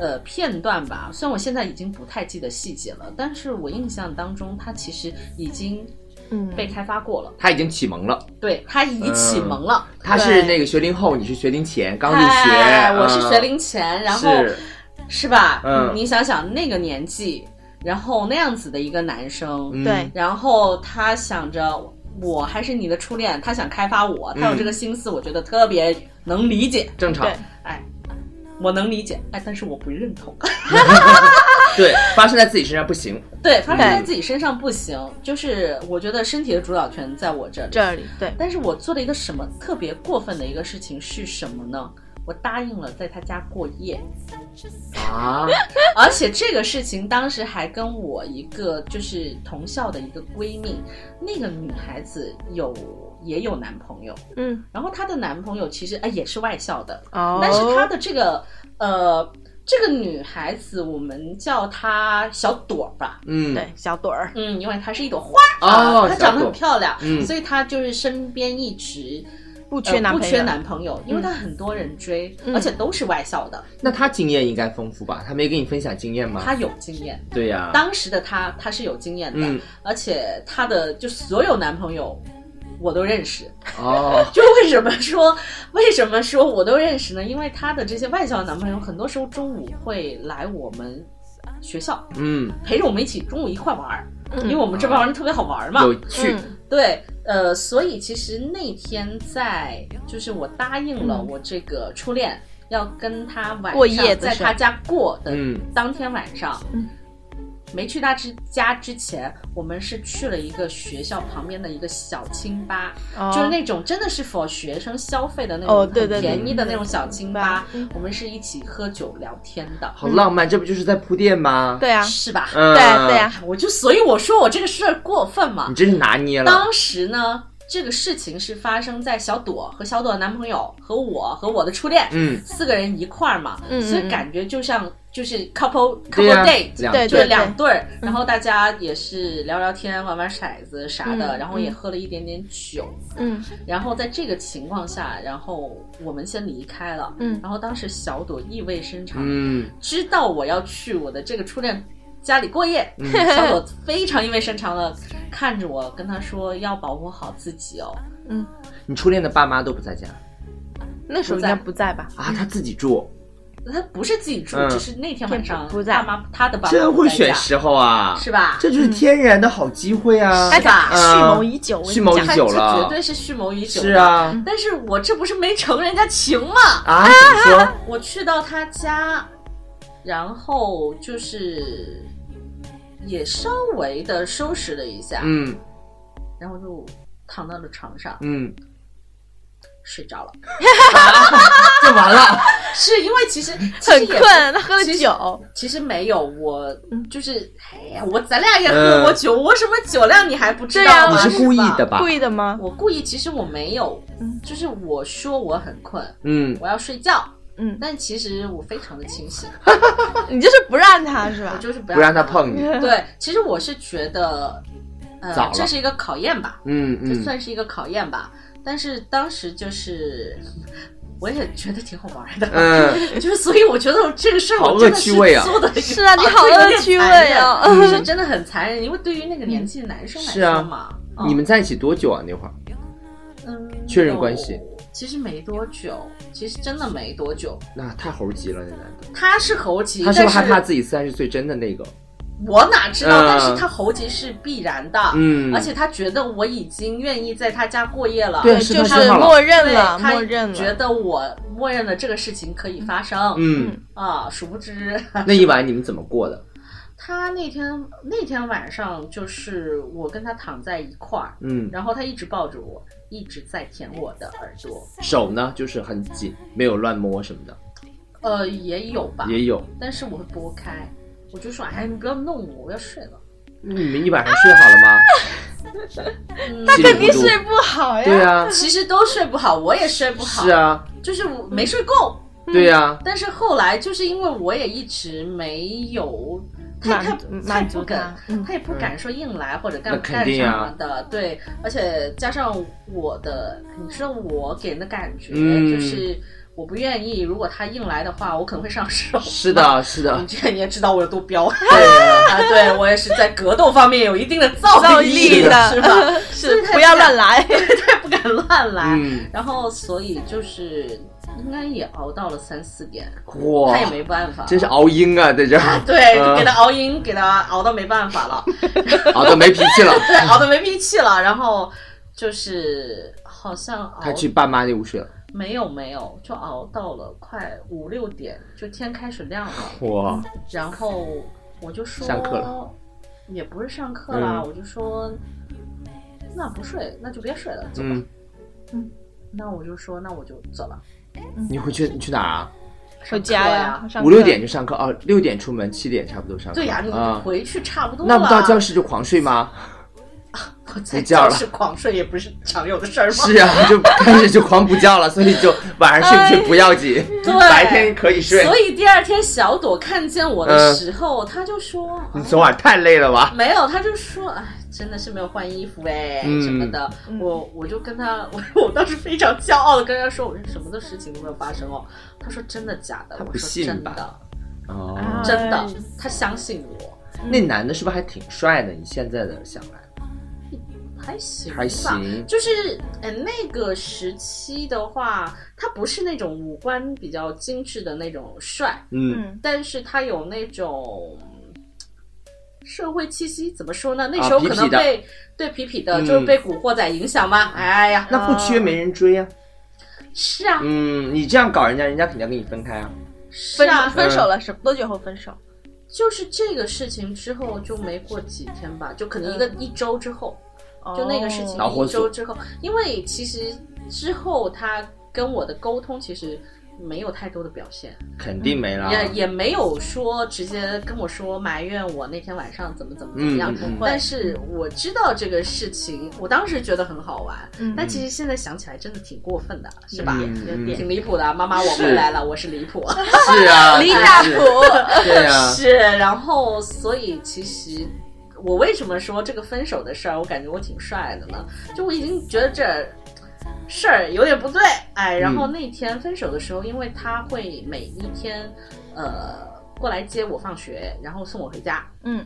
呃片段吧，虽然我现在已经不太记得细节了，但是我印象当中他其实已经
嗯，
被开发过了，
他已经启蒙了，
对他已启蒙了。
他是那个学龄后，你是学龄前，刚入嗯学。
哎我是
嗯
学龄前，然后
是
是吧？
嗯
你想想那个年纪，然后那样子的一个男生，
嗯
对
然后他想着我还是你的初恋，他想开发我，他有这个心思，我觉得特别能理解，
正常
对。
哎，我能理解，哎，但是我不认同。
对，发生在自己身上不行。
对，发生在自己身上不行，就是我觉得身体的主导权在我这里。
这里对，
但是我做了一个什么特别过分的一个事情是什么呢？我答应了在他家过夜，
啊，
而且这个事情当时还跟我一个就是同校的一个闺蜜，那个女孩子有也有男朋友，
嗯，
然后她的男朋友其实哎也是外校的，
哦
但是她的这个呃这个女孩子，我们叫她小朵儿吧，
嗯，
对小朵儿，
嗯，因为她是一朵花，
哦
啊，她
小
长得
朵
很漂亮，
嗯
所以她就是身边一直。
不
呃
缺男
不
朋
缺
友，
男朋友，因为他很多人追，
嗯
而且都是外校的，
那他经验应该丰富吧？他没跟你分享经验吗？
他有经验。
嗯
对呀、
当时的他，他是有经验的，
嗯，
而且他的就所有男朋友我都认识。
哦，
就为什么说为什么说我都认识呢？因为他的这些外校的男朋友，很多时候中午会来我们学校
嗯，
陪着我们一起中午一块玩儿，因为
为
我们这帮人特别好玩儿嘛。
有
嗯
趣，
对，呃，所以其实那天在，就是我答应了我这个初恋、要跟他晚
嗯过夜
上
的
在
事
他家过的
嗯
当天晚上，
嗯
没去他之家之前，我们是去了一个学校旁边的一个小清吧，就是那种真的是否学生消费的那种
哦对对
很
对
便宜的那种小清吧，
嗯
我们是一起喝酒聊天的，
好浪漫，这不就是在铺垫吗？，
对啊，
是吧？
嗯，
对啊对，啊，
我就所以我说我这个事儿过分嘛
你，真是拿捏了，
当时呢，这个事情是发生在小朵和小朵的男朋友和我和我的初恋、
嗯，
四个人一块儿嘛，
嗯嗯
所以感觉就像就是 couple
对
couple
呀、
date。
两
对
就
对
是两
嗯
对儿，然后大家也是聊聊天、玩玩骰子啥的，
嗯
然后也喝了一点点酒，
嗯
然后在这个情况下，然后我们先离开了，
嗯
然后当时小朵意味深长，
嗯，
知道我要去我的这个初恋家里过夜，
嗯
小朵非常意味深长的看着我，跟他说要保护好自己哦。
嗯，
你初恋的爸妈都不在家
那时候应该不在吧？
啊，他自己住，
他不是自己住，
嗯
只是那天晚上
不不在
爸妈他的爸妈
真会
嗯不在
选
家
时候啊，
是吧？
这就是天然的好机会啊，
大家
嗯
蓄谋已久，我跟你
蓄谋已
讲
久
这
了，
绝对是蓄谋已久。
是，啊
但是我这不是没成人家情吗？
啊，怎么说？
我去到他家，然后就是也稍微的收拾了一下，
嗯
然后就躺到了床上
嗯，
睡着了。
啊就完了，
是因为其实其实
很
也
困，他喝了
其实
酒，
其实没有，我
嗯
就是，哎呀，我咱俩也喝过酒，我什么酒量你还不知道
你
吗？
对啊
是故意的吧
吧？
故？意的吗？
我故意，其实我没有
嗯，
就是我说我很困，
嗯，
我要睡觉，
嗯，
但其实我非常的清醒，
你就是不让他是
我
吧？
就是不
不让他。 碰你，
对，其实我是觉得，呃
早，
这
了
是一个考验吧，
嗯
这
嗯，
算是一个考验吧。但是当时就是，我也觉得挺好玩的。
嗯，
就是，所以我觉得这个事儿
好
我真的
恶趣
是
味啊
做的
是啊，你好恶趣味啊！
啊，是真的很残忍，因为对于那个年纪的男生来
是啊
说嘛，嗯
你们在一起多久啊？那会儿
嗯
确认关系
有其实没多久，其实真的没多久。
那太猴急了，那男的，
他是猴急，
他是不是害
但
怕自己三十岁真的那个？
我哪知道？
嗯
但是他猴急是必然的，
嗯
而且他觉得我已经愿意在他家过夜了，
对是
就
他
是
信号了
默认了，
对他
默认
觉
了。
得我默认了这个事情可以发生，
嗯，
啊，殊不知
那一晚你们怎么过的？
他那天那天晚上就是我跟他躺在一块儿，
嗯，
然后他一直抱着我，一直在舔我的耳朵。
手呢就是很紧，没有乱摸什么的，
呃，也有吧，
也有。
但是我会拨开，我就说，哎，你不要弄我，我要睡了。
你们一晚上睡好了吗？
嗯
那
肯定睡不好呀。
对啊，
其实都睡不好，我也睡不好，
是啊，
就是我没睡够。
对啊，
但是后来就是因为我也一直没有，他他
满
他也
满
不
足
敢
他，嗯
他也不敢说硬来或者
那
干
肯
干
定
什
啊
么的，对，而且加上我的，你知道我给人的感觉、
嗯
就是我不愿意，如果他硬来的话，我可能会上手。
是，的，是的
你，这你也知道我有多彪。
对啊，
啊，对我也是在格斗方面有一定的造
造
诣
诣的
是 吧？
是不要乱来。
太不敢乱来。
嗯，
然后，所以就是应该也熬到了三四点，
哇
他也，没办法，
真是熬鹰啊，在这儿
对，
嗯
就给他熬 鹰，给他熬到没办法了，
熬的没脾气了。
对，熬到没脾气了。然后就是好像熬
他去爸妈那屋 睡了。
没有没有，就熬到了快五六点，就天开始亮了。
哇，
然后我就说，
上课了
也不是上课啦，
嗯
我就说，那不睡，那就别睡了，走吧。
嗯，
那我就说，那我就走了。
你回去你去哪儿啊？
回
上
家
课
呀
呀，
上
五
课
六点就上课哦，六点出门，七点差不多上课。
对呀、你
啊，
回去差不多了。
那不到教室就狂睡 吗？
我在
不叫
教
了
室狂睡也不是常有的事儿吗？
是啊，就开始就狂补觉了，所以就晚上睡不睡不要紧，
哎对
白天可以睡。嗯
所以第二天小朵看见我的时候，她就说：“
你
哎
昨晚太累了吧？
没有，他就说，哎，真的是没有换衣服哎、
嗯
什么的。我我就跟他， 我我当时非常骄傲的跟他说，我说什么的事情都没有发生哦。他说真的假的？
他不
我说
信
真的
吧，哦，
啊
真的
哎，
他相信我，
那男的是不是还挺帅的？你现在的想来
还行吧，
还行
就是呃那个时期的话，他不是那种五官比较精致的那种帅，
嗯，
嗯，
但是他有那种社会气息，怎么说呢？那
啊
时候
痞痞
可能
的
被对痞痞的，
嗯
就是被古惑仔影响嘛。哎呀，
那不缺没人追啊。
是啊，
嗯，你这样搞人家，人家肯定要跟你分开啊。
是
分
啊，
分手了，是多久后分手？
就是这个事情之后就没过几天吧，就可能一个一周之后，
嗯
就那个事情
导火
一
索
周之后，因为其实之后他跟我的沟通其实。没有太多的表现，
肯定没了啊。
嗯也也没有说直接跟我说埋怨我那天晚上怎么怎么怎么
嗯
样，
嗯嗯
会
但是我知道这个事情，我当时觉得很好玩，
嗯
但其实现在想起来真的挺过分的，是吧？
嗯
有
嗯
点
挺离谱的，妈妈，我回来了，我是离谱，
是 啊，
离
真
大
是
谱，
对啊，
是。然后，所以其实我为什么说这个分手的事儿，我感觉我挺帅的呢？就我已经觉得这事儿有点不对，哎。然后那天分手的时候，因为他会每一天呃过来接我放学，然后送我回家，
嗯，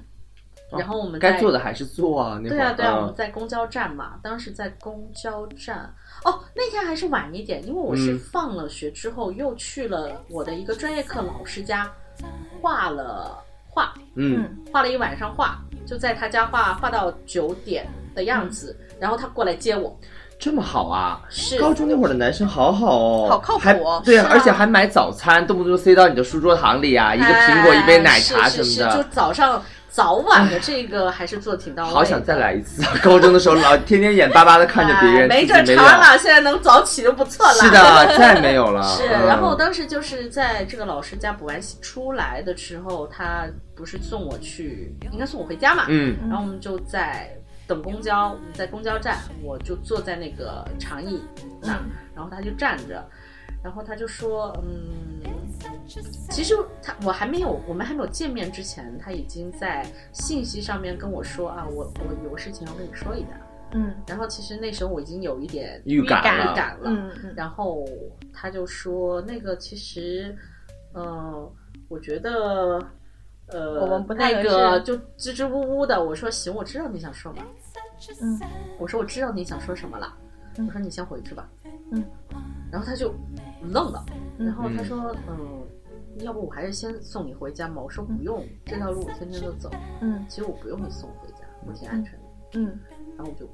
哦
然后我们
该
在
做的还是做啊。那会
对
儿
啊，对啊，我们
嗯
在公交站嘛，当时在公交站。哦，那天还是晚一点，因为我是
嗯
放了学之后又去了我的一个专业课老师家，画了画，
嗯，
画了一晚上画，就在他家画，画到九点的样子。然后他过来接我，
这么好啊。
是
高中那会儿的男生好好哦，
好靠谱
还
哦
对啊
是啊
而且还买早餐，动不动就塞到你的书桌堂里啊，一个苹果，
哎
一杯奶茶什
是是
么
是就
的。
早上早晚的这个还是做得挺到位的。
好想再来一次啊！高中的时候老天天眼巴巴的看着别
哎
人，
没
自己
这
没
茬
有。
了，现在能早起就不错了。
是的， 再没有了。
是，
嗯
然后当时就是在这个老师家补完习出来的时候，他不是送我去，应该送我回家嘛。
嗯，
然后我们就在等公交，我们在公交站，我就坐在那个长椅那儿，然后他就站着，然后他就说，嗯，其实他我还没有，我们还没有见面之前，他已经在信息上面跟我说啊，我我有个事情要跟你说一下。
嗯
然后其实那时候我已经有一点
预感
预
了，
感了，
嗯嗯
然后他就说那个其实，嗯、我觉得，呃，
我们不太
那
合
个
适
就支支吾吾的。我说行，我知道你想说嘛，
嗯
我说我知道你想说什么了，
嗯
我说你先回去吧，
嗯，
然后他就愣了，
嗯
然后他说，嗯、要不我还是先送你回家嘛？我说不用，这条路我天天都走，
嗯
其实我不用你送我回家，我挺安全的。
嗯
然后我就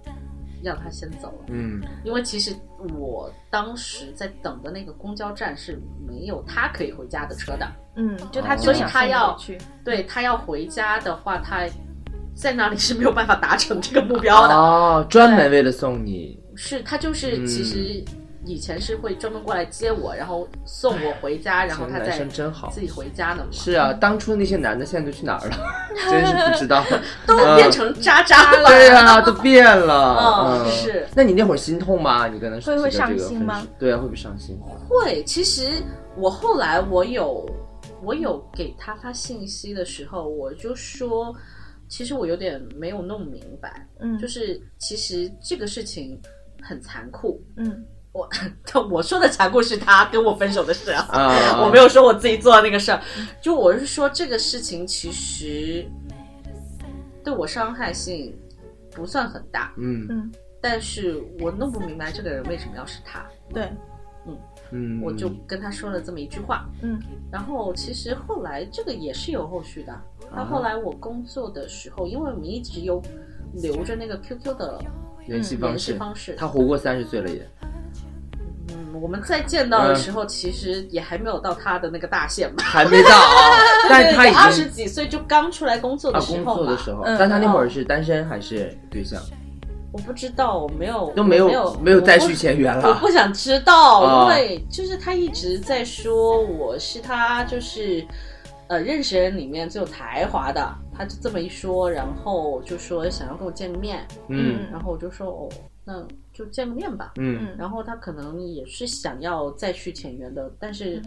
让他先走了。
嗯，
因为其实我当时在等的那个公交站是没有他可以回家的车的，
嗯，就他
哦
就
所以
想
他
送你
要
去，
对他要回家的话，他在那里是没有办法达成这个目标的。
哦，专门为了送你，
是他就是
嗯
其实以前是会专门过来接我，然后送我回家，然后
这
他
哎个男
再
生真好
自己嗯回家的嘛，
是啊，当初那些男的现在都去哪 儿了？真是不知道，嗯
都变成渣渣了。
对啊，都变了。
嗯是。
那你那会儿心痛吗？你跟他
会会
提到
伤
这个
心
分
吗
手？对啊，会不会伤心？
会，其实我后来我有我有给他发信息的时候，我就说，其实我有点没有弄明白，
嗯
就是其实这个事情很残酷。
嗯
我我说的残酷是他跟我分手的事啊，
啊，
我没有说我自己做的那个事儿，就我是说这个事情其实对我伤害性不算很大，
嗯
嗯，
但是我弄不明白这个人为什么要是他，
对，
嗯，
我就跟他说了这么一句话，
嗯
然后其实后来这个也是有后续的。
啊
到后来我工作的时候，因为我们一直有留着那个 QQ 的
联系
嗯联
方
系
式，
方式。
他活过三十岁了也。
嗯，我们再见到的时候，其实也还没有到他的那个大限吧。
还没到啊，但他
对，二
已
十
经
几岁就刚出来工作
啊
的时
工
候
作
吧。
的时候，
嗯
但他那会儿是单身还是对象，
我不知道，我没有
都
没
没有
有
没有再续
去
前缘
我
了
不想知道，
啊
因为就是他一直在说我是他就是呃认识人里面最有才华的，他就这么一说，然后就说想要跟我见个面，
嗯
然后我就说哦，那就见个面吧。
嗯
嗯
然后他可能也是想要再续前缘的，但是
嗯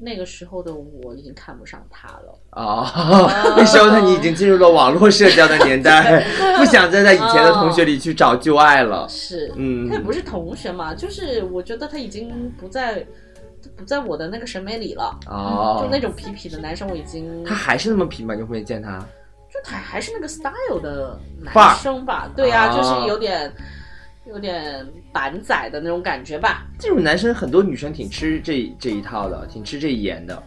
那个时候的我已经看不上他了。
哦，
啊
那时候的你已经进入了网络社交的年 代， 不想再在以前的同学里去找旧爱了。
是，
嗯
他啊也不是同学嘛，就是我觉得他已经不在不在我的那个审美里了。就
哦
那，种痞痞的男生，我已经
他还是那么平吗？你会不会见他？
就还还是那个 style 的
范儿
男生吧，对呀、
啊
就是有点有点板仔的那种感觉吧，
这种男生很多女生挺吃这这一套的，挺吃这一盐的。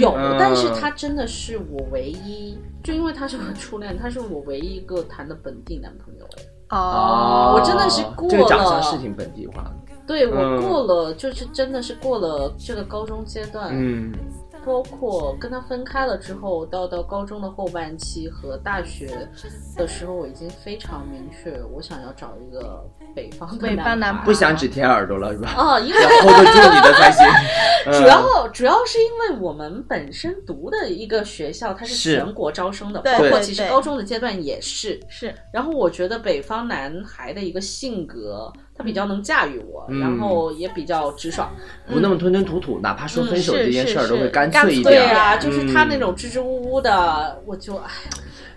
有，
嗯
但是他真的是我唯一，就因为他是我 初恋，他是我唯一一个谈的本地男朋友，哎，
哦，
我真的是过了
这个长相是挺本地化的。
对我
嗯
过了，就是真的是过了这个高中阶段，
嗯
包括跟他分开了之后，到到高中的后半期和大学的时候，我已经非常明确，我想要找一个北方的
北方男
男孩，
朋友
不想只舔耳朵了是吧？
哦，因 为
要 hold 得住你的才 行。嗯
主要主要是因为我们本身读的一个学校，它
是
是全国招生的，
对
包括
对
其实
对
高中的阶段也是。
是
然后我觉得北方男孩的一个性格，他比较能驾驭我，
嗯
然后也比较直爽。
不那么吞吞吐吐，哪怕说分手
嗯是
这件事儿
是
都会
是
干
干
脆一
脆
点
对
儿。
呀、
嗯
啊就是他那种支支吾吾的，我就哎，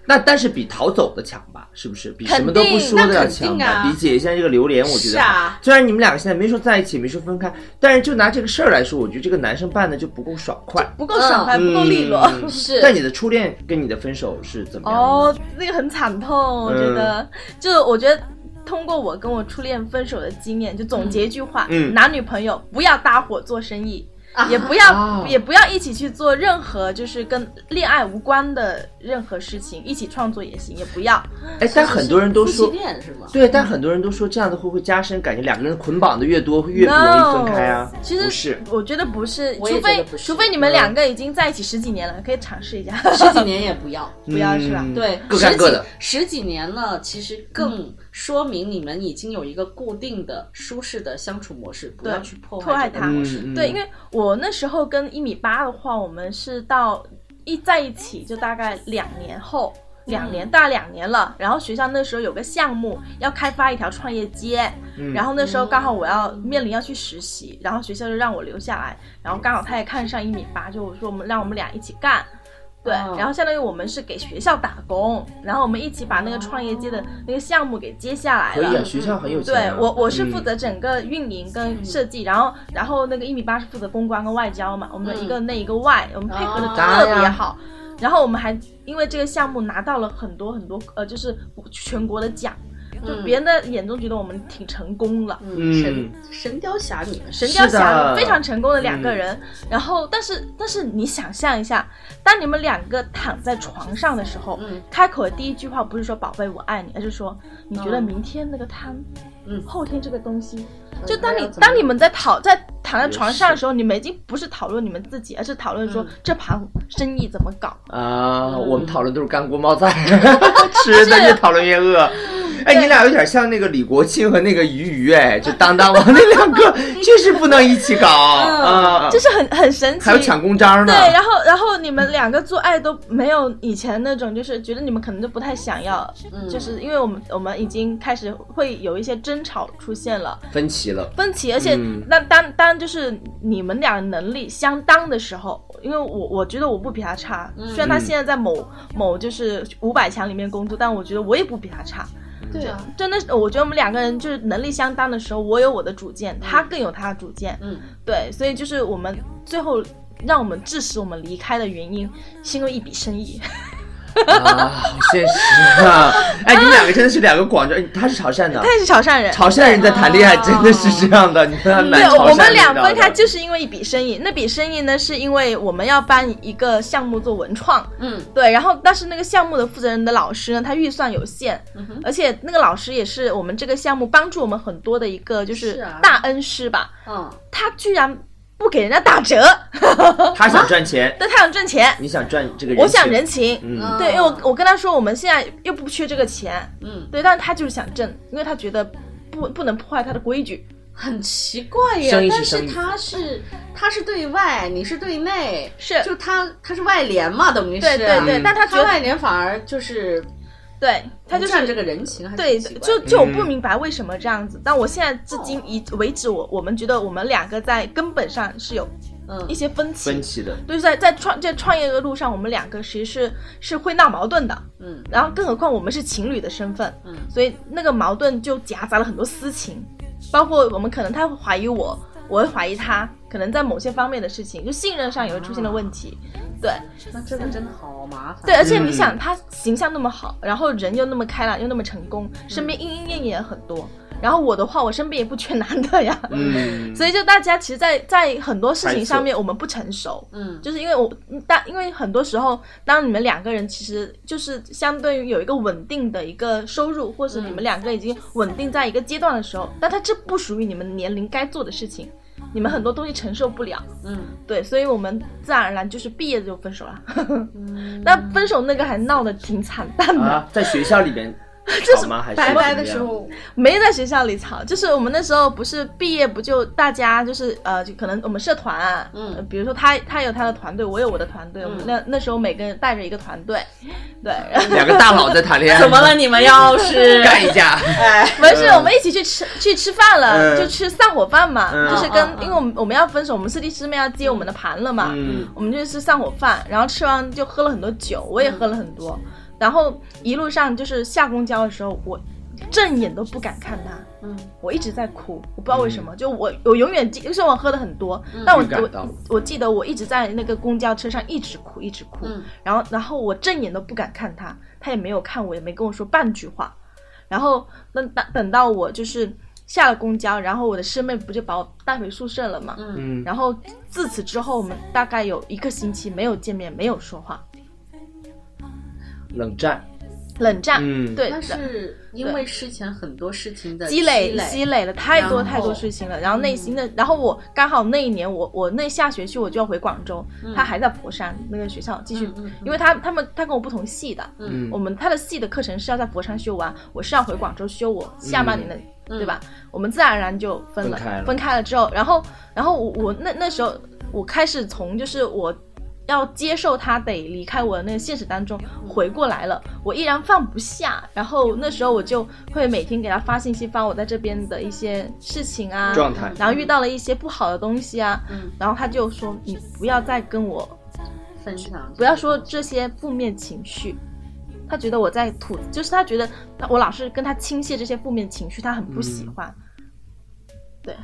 那但是比逃走的强吧？是不是？比
肯
什么都不
定
说
那
的要
肯定
强吧？
啊
比解一下这个榴莲，我觉
是
得。
啊，
虽然你们俩现在没说在一起，没说分开，但是就拿这个事儿来说，我觉得这个男生办的就不够爽快，
不够爽快，不够利落。
嗯
是
但你的初恋跟你的分手是怎么样的？
哦，那个很惨痛，我觉得，就我觉得。通过我跟我初恋分手的经验，就总结一句话：
嗯
男女朋友不要搭伙做生意，
啊
也不要、
啊
也不要一起去做任何就是跟恋爱无关的任何事情，一起创作也行，也不要。
哎，但很多人都
夫
说
妻，恋是吗？
对，但很多人都说这样的会不会加深感情？两个人捆绑的越多，会越不容易分开啊
No，？其实
不是，
我觉得不是，
我也
除
觉得
非
不是嗯
除非你们两个已经在一起十几年了，可以尝试一下。
十几年也不要。
不
不要是吧
对，
嗯各干各的。
十几十几年了，其实更说明你们已经有一个固定的、舒适的相处模式，不要
对
去破
破
坏
坏
这个
它
模
嗯
式。，
嗯
对，因为我那时候跟一米八的话，我们是到一在一起就大概两年后，
嗯
两年大概两年了。然后学校那时候有个项目要开发一条创业街，
嗯
然后那时候刚好我要面临要去实习，然后学校就让我留下来，然后刚好他也看上一米八，就说我们让我们俩一起干。对，
哦
然后相当于我们是给学校打工，然后我们一起把那个创业街的那个项目给接下来
可以
了
啊，。学校很有钱、
对
啊。
我，我是
嗯
负责整个运营
嗯
跟设计，然后然后那个一米八是负责公关跟外交嘛，我们就一个内一个外，我们配合的
嗯哦
特别好。然后我们还因为这个项目拿到了很多很多呃，就是全国的奖，就别人的眼中觉得我们挺成功了。
嗯，神
嗯
神雕侠侣
神雕
是的嗯
侠侣非常成功的两个人，然后但是但是你想象一下，当你们两个躺在床上的时候，
嗯
开口的第一句话不是说“宝贝我爱你”，而是说你觉得
嗯
明天那个汤，
嗯
后天这个东西，
呃
嗯
就当
还
你
有怎么
当你们在讨在躺在床上
也
的
是
时候，你们已经不是讨论你们自己，而是讨论说
嗯
这盘生意怎么搞。
啊，
嗯
我们讨论都是干锅冒 菜，吃的越讨论越饿。哎，你俩有点像那个李国庆和那个俞渝，哎，就当 当王那两个，确实不能一起搞
嗯
啊，
就是很很神奇，
还有抢公章呢
对，。然后然后你们两个做爱都没有以前那种，就是觉得你们可能就不太想要，
嗯
就是因为我们我们已经开始会有一些争吵出现了。
分歧了，
分歧，而且
嗯
那当当就是你们俩能力相当的时候，因为我我觉得我不比他差，
嗯
虽然他现在在某某就是五百强里面工作，但我觉得我也不比他差。
对啊，
真的是，我觉得我们两个人就是能力相当的时候，我有我的主见，他更有他的主见，
嗯，
对，所以就是我们最后让我们致使我们离开的原因，是因为一笔生意。
啊，好现实啊！哎，你们两个真的是两个广州，哎他是潮汕 的
他，也是潮汕人。
潮汕人在谈恋爱
哦
真的是这样的，你看他蛮
啊嗯对，
潮汕
我们
味
俩
道
分
的
开就是因为一笔生意，那笔生意呢，是因为我们要办一个项目做文创，
嗯
对，然后但是那个项目的负责人的老师呢，他预算有限，
嗯哼，
而且那个老师也是我们这个项目帮助我们很多的一个就是是
啊
大恩师吧，
嗯，
他居然不给人家打折，
他想赚钱，
但他想赚钱，
你想赚这个
啊
人，
我想人，情，
嗯，
对，因为我我跟他说我们现在又不缺这个钱，
嗯，
对，但是他就是想挣，因为他觉得不不能破坏他的规矩，
很奇怪呀
生意，是
但
生
是
意
他是他是对外，你是对内，
是
就他他是外联嘛，等于是
对对对，
嗯
但他觉
他
得
外联反而就是
对他就
不占
是
这个嗯人情，还是
对，
挺奇怪
就
的
就我
嗯
不明白为什么这样子，但我现在至今以为止，我我们觉得我们两个在根本上是有一
嗯
些分歧，
分歧的，
就是在在创在创业的路上，我们两个其实是是会闹矛盾的，
嗯
然后更何况我们是情侣的身份，
嗯
所以那个矛盾就夹杂了很多私情，包括我们可能他会怀疑我，我会怀疑他，可能在某些方面的事情，就信任上也会出现了问题，对。
那这个真的好麻烦。
对，而且你
嗯
想，他形象那么好，然后人又那么开朗，又那么成功，身
嗯
边莺莺燕燕也很多。然后我的话，我身边也不缺男的呀。
嗯，
所以就大家其实在，在很多事
猜
情上
测
面，我们不成熟，
嗯
就是因为我大，因为很多时候，当你们两个人其实就是相对于有一个稳定的一个收入，或是你们两个已经稳定在一个阶段的时候，但它这不属于你们年龄该做的事情，你们很多东西承受不了。
嗯
对，所以我们自然而然就是毕业就分手了。
嗯，
那分手那个还闹得挺惨淡的，
啊，在学校里面
这
吵
是
吗？还是
拜拜的
怎么样
时，候，
没在学校里吵，就是我们那时候不是毕业不就大家就是呃，就可能我们社团啊，
嗯
呃比如说他他有他的团队，我有我的团队，我们那那时候每个人带着一个团队，对，
嗯
然后
两个大佬在谈恋爱，
怎么了？？你们要 是
干一架，
哎，
没事，我们一起去吃去吃饭了，
嗯
就吃散伙饭嘛，
嗯
就是跟
嗯嗯嗯
因为我们我们要分手，我们师弟师妹要接我们的盘了嘛，
嗯，
我们就吃散伙饭，然后吃完就喝了很多酒，我也喝了很多，然后一路上就是下公交的时候，我正眼都不敢看他，
嗯
我一直在哭，我不知道为什么，就我我永远记，就是我喝的很多，但我
预感到
我我记得我一直在那个公交车上一直哭，一直哭，
嗯
然后然后我正眼都不敢看他，他也没有看我，也没跟我说半句话，然后那等等到我就是下了公交，然后我的师妹不就把我带回宿舍了嘛，
嗯
嗯，
然后自此之后，我们大概有一个星期没有见面，没有说话，
冷战，
冷战，
嗯
对，
但是因为之前很多事情的
积累积累了太多
然后嗯
太多事情了，然后内心的，然后我刚好那一年我我那下学期我就要回广州，他还在佛山那个学校继续
嗯嗯嗯嗯，
因为他他们他跟我不同系的，
嗯
我们他的系的课程是要在佛山修完，我是要回广州修我下半年的，对吧？我们自然而然就分了，
嗯分开了
之后，然后然后我我那那时候我开始从就是我。要接受他得离开我的那个现实当中回过来了，我依然放不下。然后那时候我就会每天给他发信息，发我在这边的一些事情啊，
状态
然后遇到了一些不好的东西啊，
嗯
然后他就说你不要再跟我
分享，
不要说这些负面情绪。他觉得我在吐，就是他觉得我老是跟他倾泻这些负面情绪，他很不喜欢。对，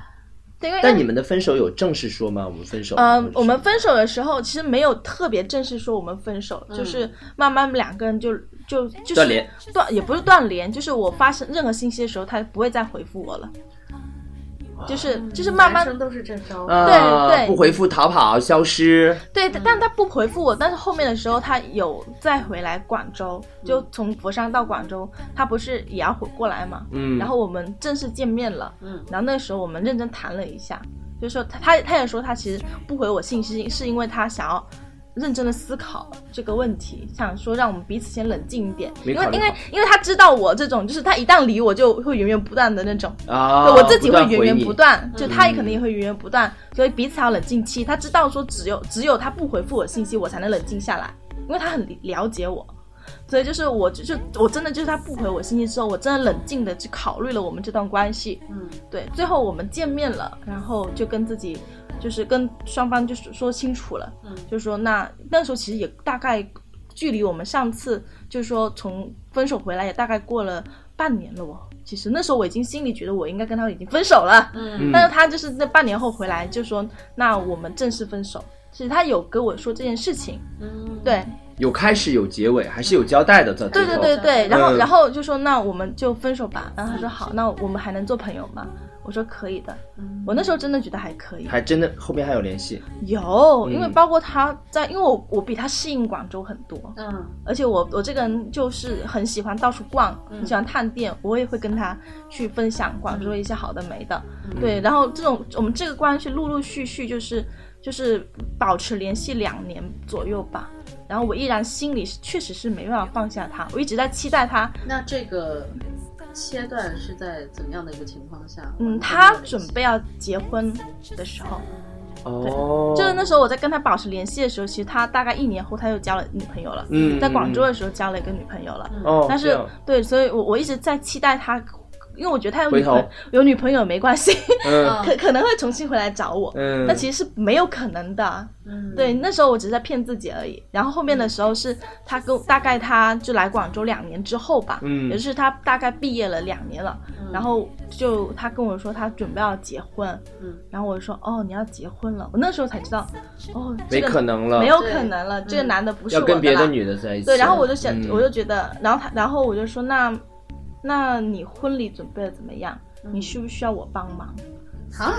对，因为
嗯但你们嗯的分手有正式说吗？我们分手，
呃
或者，是
我们分手的时候其实没有特别正式说我们分手，就是慢慢两个人就就就是
嗯断联，
断也不是断联，就是我发生任何信息的时候，他不会再回复我了，就是就是慢慢呃
男生都是这招，
啊
对对
不回复、逃跑、消失，
对，但他不回复我，但是后面的时候他有再回来广州，就从佛山到广州，他不是也要回过来嘛？
嗯，
然后我们正式见面了，
嗯
然后那时候我们认真谈了一下，就是说他他他也说他其实不回我信息是因为他想要。认真的思考这个问题，想说让我们彼此先冷静一点，
没
因
考
为
虑
因为
好
因为他知道我这种，就是他一旦理我就会源源不断的那种，
啊，
对我自己会
不断
源
回嗯
源
你
不断，就他也可能也会源源不断，所以彼此要冷静期。他知道说只有只有他不回复我信息，我才能冷静下来，因为他很了解我。所以就是我就是我真的就是他不回我信息之后，我真的冷静的去考虑了我们这段关系。
嗯
对，最后我们见面了，然后就跟自己就是跟双方就是说清楚了，
嗯
就说那那时候其实也大概距离我们上次就是说从分手回来也大概过了半年了哦。其实那时候我已经心里觉得我应该跟他已经分手了，
嗯
但是他就是那半年后回来就说那我们正式分手，是他有跟我说这件事情，
嗯，
对，
有开始有结尾，还是有交代的。在最
对
后
对对对，
呃
然后
嗯
然后就说那我们就分手吧，然后
嗯
他说好，那我们还能做朋友吗？我说可以的，
嗯
嗯
我那时候真的觉得还可以，
还真的后面还有联系。
有，因为
嗯
包括他在，因为我我比他适应广州很多，
嗯
而且我我这个人就是很喜欢到处逛，很喜欢探店，我也会跟他去分享广州一些好的没的，
嗯
对，然后这种我们这个关系陆陆续续就是就是保持联系两年左右吧，然后我依然心里是确实是没办法放下他，我一直在期待他，
那这个切断是在怎样的一个情况下？
嗯，他准备要结婚的时候，
哦，
就是那时候我在跟他保持联系的时候，其实他大概一年后他又交了女朋友了，
嗯
在广州的时候交了一个女朋友了，
哦，
但
这
是
样
对，所以我我一直在期待他，因为我觉得他有女
回头
朋有女朋友没关系，
嗯
可可能会重新回来找我，
嗯，
但呃其实是没有可能的。
嗯，
对，那时候我只是在骗自己而已。然后后面的时候是他跟大概他就来广州两年之后吧，
嗯
也就是他大概毕业了两年了，然后就他跟我说他准备要结婚，
嗯，
然后我就说哦你要结婚了，我那时候才知道，哦这
没
个
可能了，
没有
对嗯
可能了，这个男的不是
要
我
跟别
的
的
啦
女的在一起。
对，然后我就想，
嗯
我就觉得，然后他，然后我就说，那，那你婚礼准备的怎么样？
嗯
你需不需要我帮忙？
啊，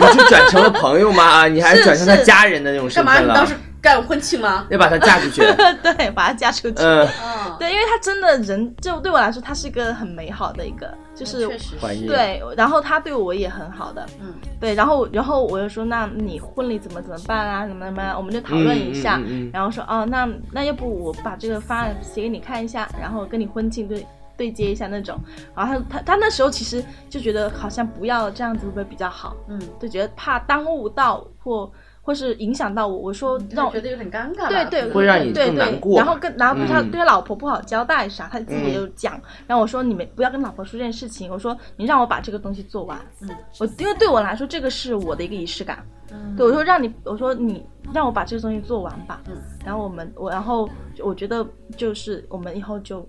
你是转成了朋友吗？啊，你还
是
转成他
是
家人的那种身
干嘛？
份
你
了？
当时干婚庆吗？
要把他嫁出去？
对，把他嫁出去。
嗯，
啊，
对，因为他真的人，就对我来说，他是一个很美好的一个，就是
嗯确实
怀
是
疑
对，然后他对我也很好的，
嗯，
对，然后然后我就说，那你婚礼怎么怎么办啊？怎么怎么样？我们就讨论一下，
嗯嗯嗯嗯
然后说，哦，那那要不我把这个方案写给你看一下，然后跟你婚庆对对接一下那种。然后他他他那时候其实就觉得好像不要这样子会不会比较好，
嗯，
就觉得怕耽误到或或是影响到我。我说让
让
我
我觉得有点尴尬吧，
对对，
会让你
对
更
对
难过
然后跟然后对他、
嗯
对他老婆不好交代啥，他自己也有讲。然后我说你们不要跟老婆说这件事情，我说你让我把这个东西做完。
嗯，
我因为对我来说这个是我的一个仪式感。
嗯
对，我说让你，我说你让我把这个东西做完吧。
嗯，
然后我们我然后我觉得就是我们以后就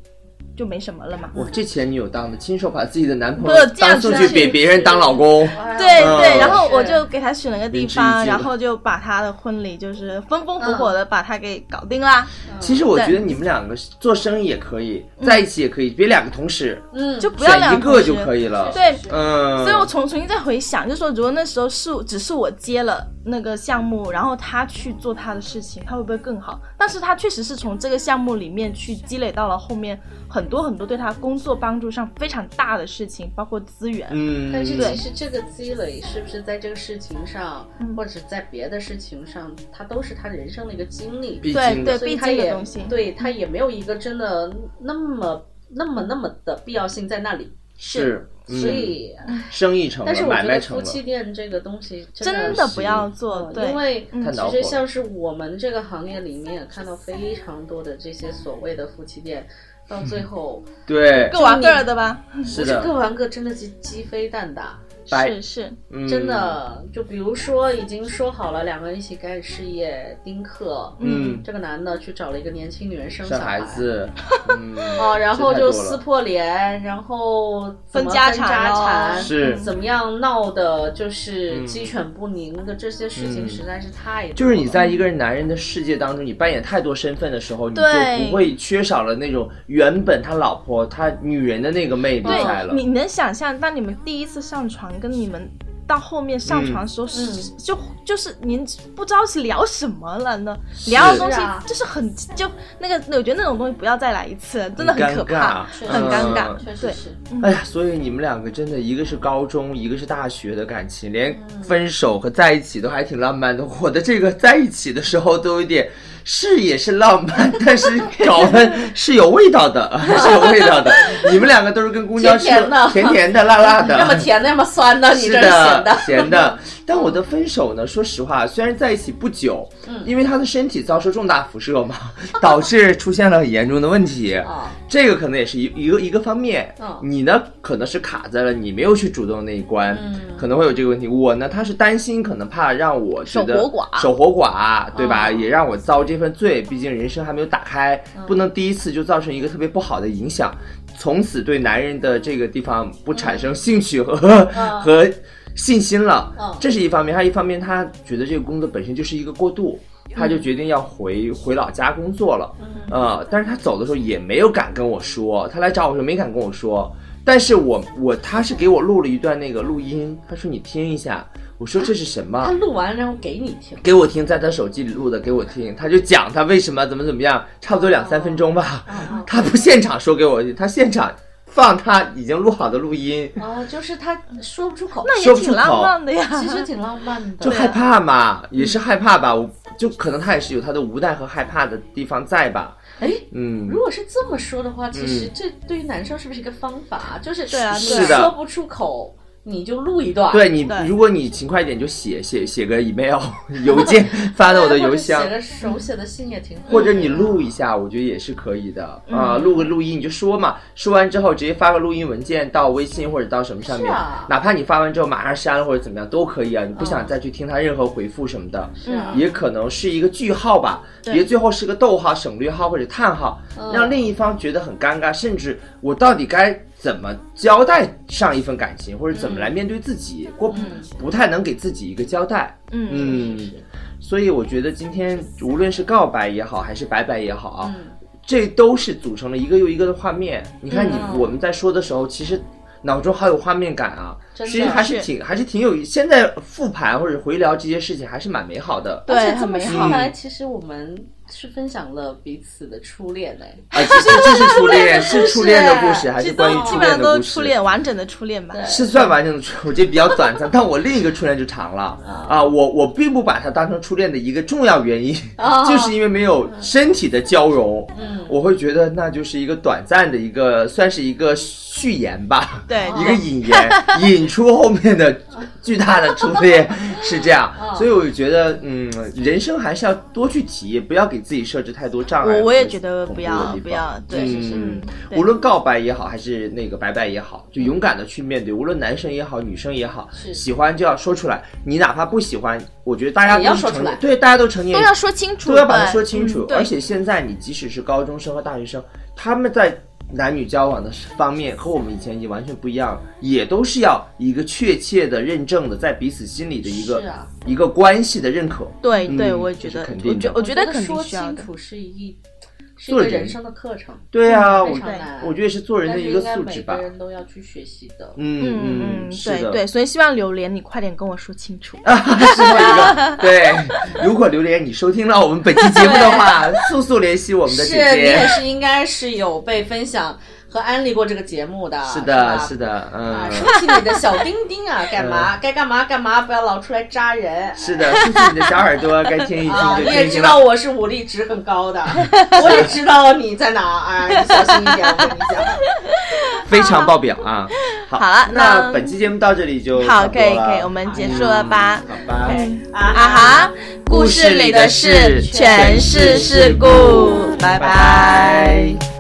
就没什么了嘛。
我这前女友当的，亲手把自己的男朋
不
友
这样
当送
子
去
是
给别人当老公。
哎
对
嗯
对，然后
是
我就给他选了个地
仁至义
方，
尽
然
了
后就把他的婚礼就是风风火
嗯
火的把他给搞定啦，
其实我觉得你们两个做生意也可以，在一起也可以，别两个同时，
嗯，
就不要
选
两
一个
同
就
时
可以了。
对，
嗯，
所以我重重新再回想，就说如果那时候是只是我接了那个项目，然后他去做他的事情，他会不会更好？但是他确实是从这个项目里面去积累到了后面很多很多对他工作帮助上非常大的事情，包括资源。
嗯，
但是
对
其实这个积累是不是在这个事情上，
嗯
或者是在别的事情上，它都是他人生的一个经历，
毕
对
竟
对
的
所以
必
他
经的
也
东西
对他也没有一个真的那么那么那么的必要性在那里，
是，嗯
所以，
生意成
但是
了，
我
买
觉
卖
得
成了，
夫妻店这个东西
真
的
的
是
不要做，
嗯
对
因，为
太恼
其
火了
实像是我们这个行业里面看到非常多的这些所谓的夫妻店，到最后
对，
各玩各的吧。
嗯是
不是各
的，
玩各，真的是鸡飞蛋打。
白
是是，
嗯
真，的，就比如说已经说好了两个人一起干事业，丁克，
嗯，
这个男的去找了一个年轻女人生
生
小
孩
孩，
子，嗯，
哦，然后
这太多
就
了
撕破脸，然后怎么
分家
分
产
家
咯
产
是
怎么样闹的，就是
嗯
鸡犬不宁的这些事情
嗯
实在是太多了
就是你在一个男人的世界当中，你扮演太多身份的时候，你就
对
不会缺少了那种原本他老婆、他女人的那个魅力在了
对，。你能想象，当你们第一次上床，跟你们到后面上床的时
嗯
候，是就就是您不知道是聊什么了呢？聊的东西
是啊
就是很就那个，我觉得那种东西不要再来一次了，真的
很
可
尴
怕，
尬
很尴尬
嗯。
确实
对，
是，
哎呀，所以你们两个真的，一个是高中，一个是大学的感情，连
嗯
分手和在一起都还挺浪漫的。我的这个在一起的时候都有点，是也是浪漫，但是搞的是有味道的，是有味道的。你们两个都是跟公交车
甜甜的
甜甜的、辣辣 的，
要么甜的，要么酸的，你
是
这是咸
的
的，，
咸的。但我的分手呢，说实话，虽然在一起不久，
嗯
因为他的身体遭受重大辐射嘛，导致出现了很严重的问题。
啊，
这个可能也是一一个一个方面
嗯，
你呢可能是卡在了你没有去主动那一关，
嗯
可能会有这个问题。我呢，他是担心，可能怕让我觉得
守活寡嗯
守活寡，对吧？
哦
也让我遭这份罪，毕竟人生还没有打开，不能第一次就造成一个特别不好的影
嗯
响，从此对男人的这个地方不产生兴趣和、和信心了
嗯，
这是一方面。还有一方面，他觉得这个工作本身就是一个过渡，他就决定要回回老家工作了。呃，但是他走的时候也没有敢跟我说，他来找我的时候没敢跟我说。但是我我他是给我录了一段那个录音，他说你听一下，我说这是什么？
他录完然后给你听，
给我听，在他手机里录的，给我听，他就讲他为什么怎么怎么样，差不多两三分钟吧。他不现场说给我，他现场放他已经录好的录音，
哦，就是他说不出口，
那也
说不出
挺浪
口
漫的呀。
其实挺浪漫
就
的。
害怕嘛，也是害怕吧。我就可能他也是有他的无奈和害怕的地方在吧。
哎，
嗯
如，果是这么说的话，其实这对于男生是不是一个方法？就是
对啊
你
是的
说不出口，你就录一段，
对你
对，
如果你勤快一点，就写写写个 email 邮 件发到我的
或者
邮箱
写，个手写的信也挺好。
或者你录一下，我觉得也是可以的
嗯
啊，录个录音你就说嘛，说完之后直接发个录音文件到微信或者到什么上面
是啊，
哪怕你发完之后马上删了或者怎么样都可以啊，你不想再去听他任何回复什么的，
是啊
也可能是一个句号吧，别最后是个逗号、省略号或者叹号，
嗯
让另一方觉得很尴尬，甚至我到底该怎么交代上一份感情，或者
嗯
怎么来面对自己，或不太能给自己一个交代，嗯。所以我觉得今天无论是告白也好，还是拜拜也好啊，
嗯
这都是组成了一个又一个的画面。你看你、
嗯
我们在说的时候，其实脑中好有画面感啊，
真的
其实还是
是
挺还是挺有。现在复盘或者回聊这些事情，还是蛮美好的。
对
而且这
很
么
美
说
好
来，其实我们是分享了彼此的初恋哎。
啊，其实这是 初恋，是初恋的故事，还是关于
这都基
初
本
恋
上
的
都
故
是
事？
初恋，完整的初恋吧。
对
是算完整的初，我觉得比较短暂，但我另一个初恋就长了啊！我我并不把它当成初恋的一个重要原因，
啊
就是因为没有
嗯
身体的交融，我会觉得那就是一个短暂的一个，算是一个序言吧，
对
一个引言，引出后面的巨大的初恋是这样，所以我觉得，嗯，人生还是要多去体验，不要给自己设置太多障碍。
我我也觉得不要不
要。
要，对，是是
嗯，
对
无论告白也好，还是那个拜拜也好，就勇敢的去面对。无论男生也好，女生也好，
是
喜欢就要说出来。你哪怕不喜欢，我觉得大家
也要
都是
说
成
出来
年对，大家都成年
都
人，
要说清楚，
都要把它
对
说清楚
嗯。对
而且现在你即使是高中生和大学生，他们在男女交往的方面和我们以前已经完全不一样了，也都是要一个确切的认证的，在彼此心里的一个
是啊
一个关系的认可。
对对，
嗯
我
这
觉
是
得
肯，
我
定
觉
的
我觉得肯定
说
需要
清
的。
楚是一是一个
做人
人生的课程，
对啊，
非
我
常难
我觉得也是做人
但
的
是
一个
应该
素
每
质吧
个。人都要去学习的。
嗯
嗯嗯，
是
对
的。嗯
对，所以希望榴莲你快点跟我说清楚。
最后一个，对，如果榴莲你收听了我们本期节目的 话，速速联系我们的
是
姐
你也
姐。
是应该是有被分享和安利过这个节目的，
是
吧
的，是。的，
啊，
嗯，
竖起你的小丁丁啊，干嘛？该干嘛干嘛，不要老出来扎人。
是的，竖起你的小耳朵，该听一
啊，
听
你
就
也
听一
知
听
道
了。
我是武力值很高的，我也知道你在哪儿啊，你小心一点，我跟你讲。
非常爆表啊！好
好了
那
那
本期节目到这里就
好，
差不
可
多嗯
以
了
可以，我们结束了吧？
好吧。
啊
啊哈，故事里的事全是事故，拜拜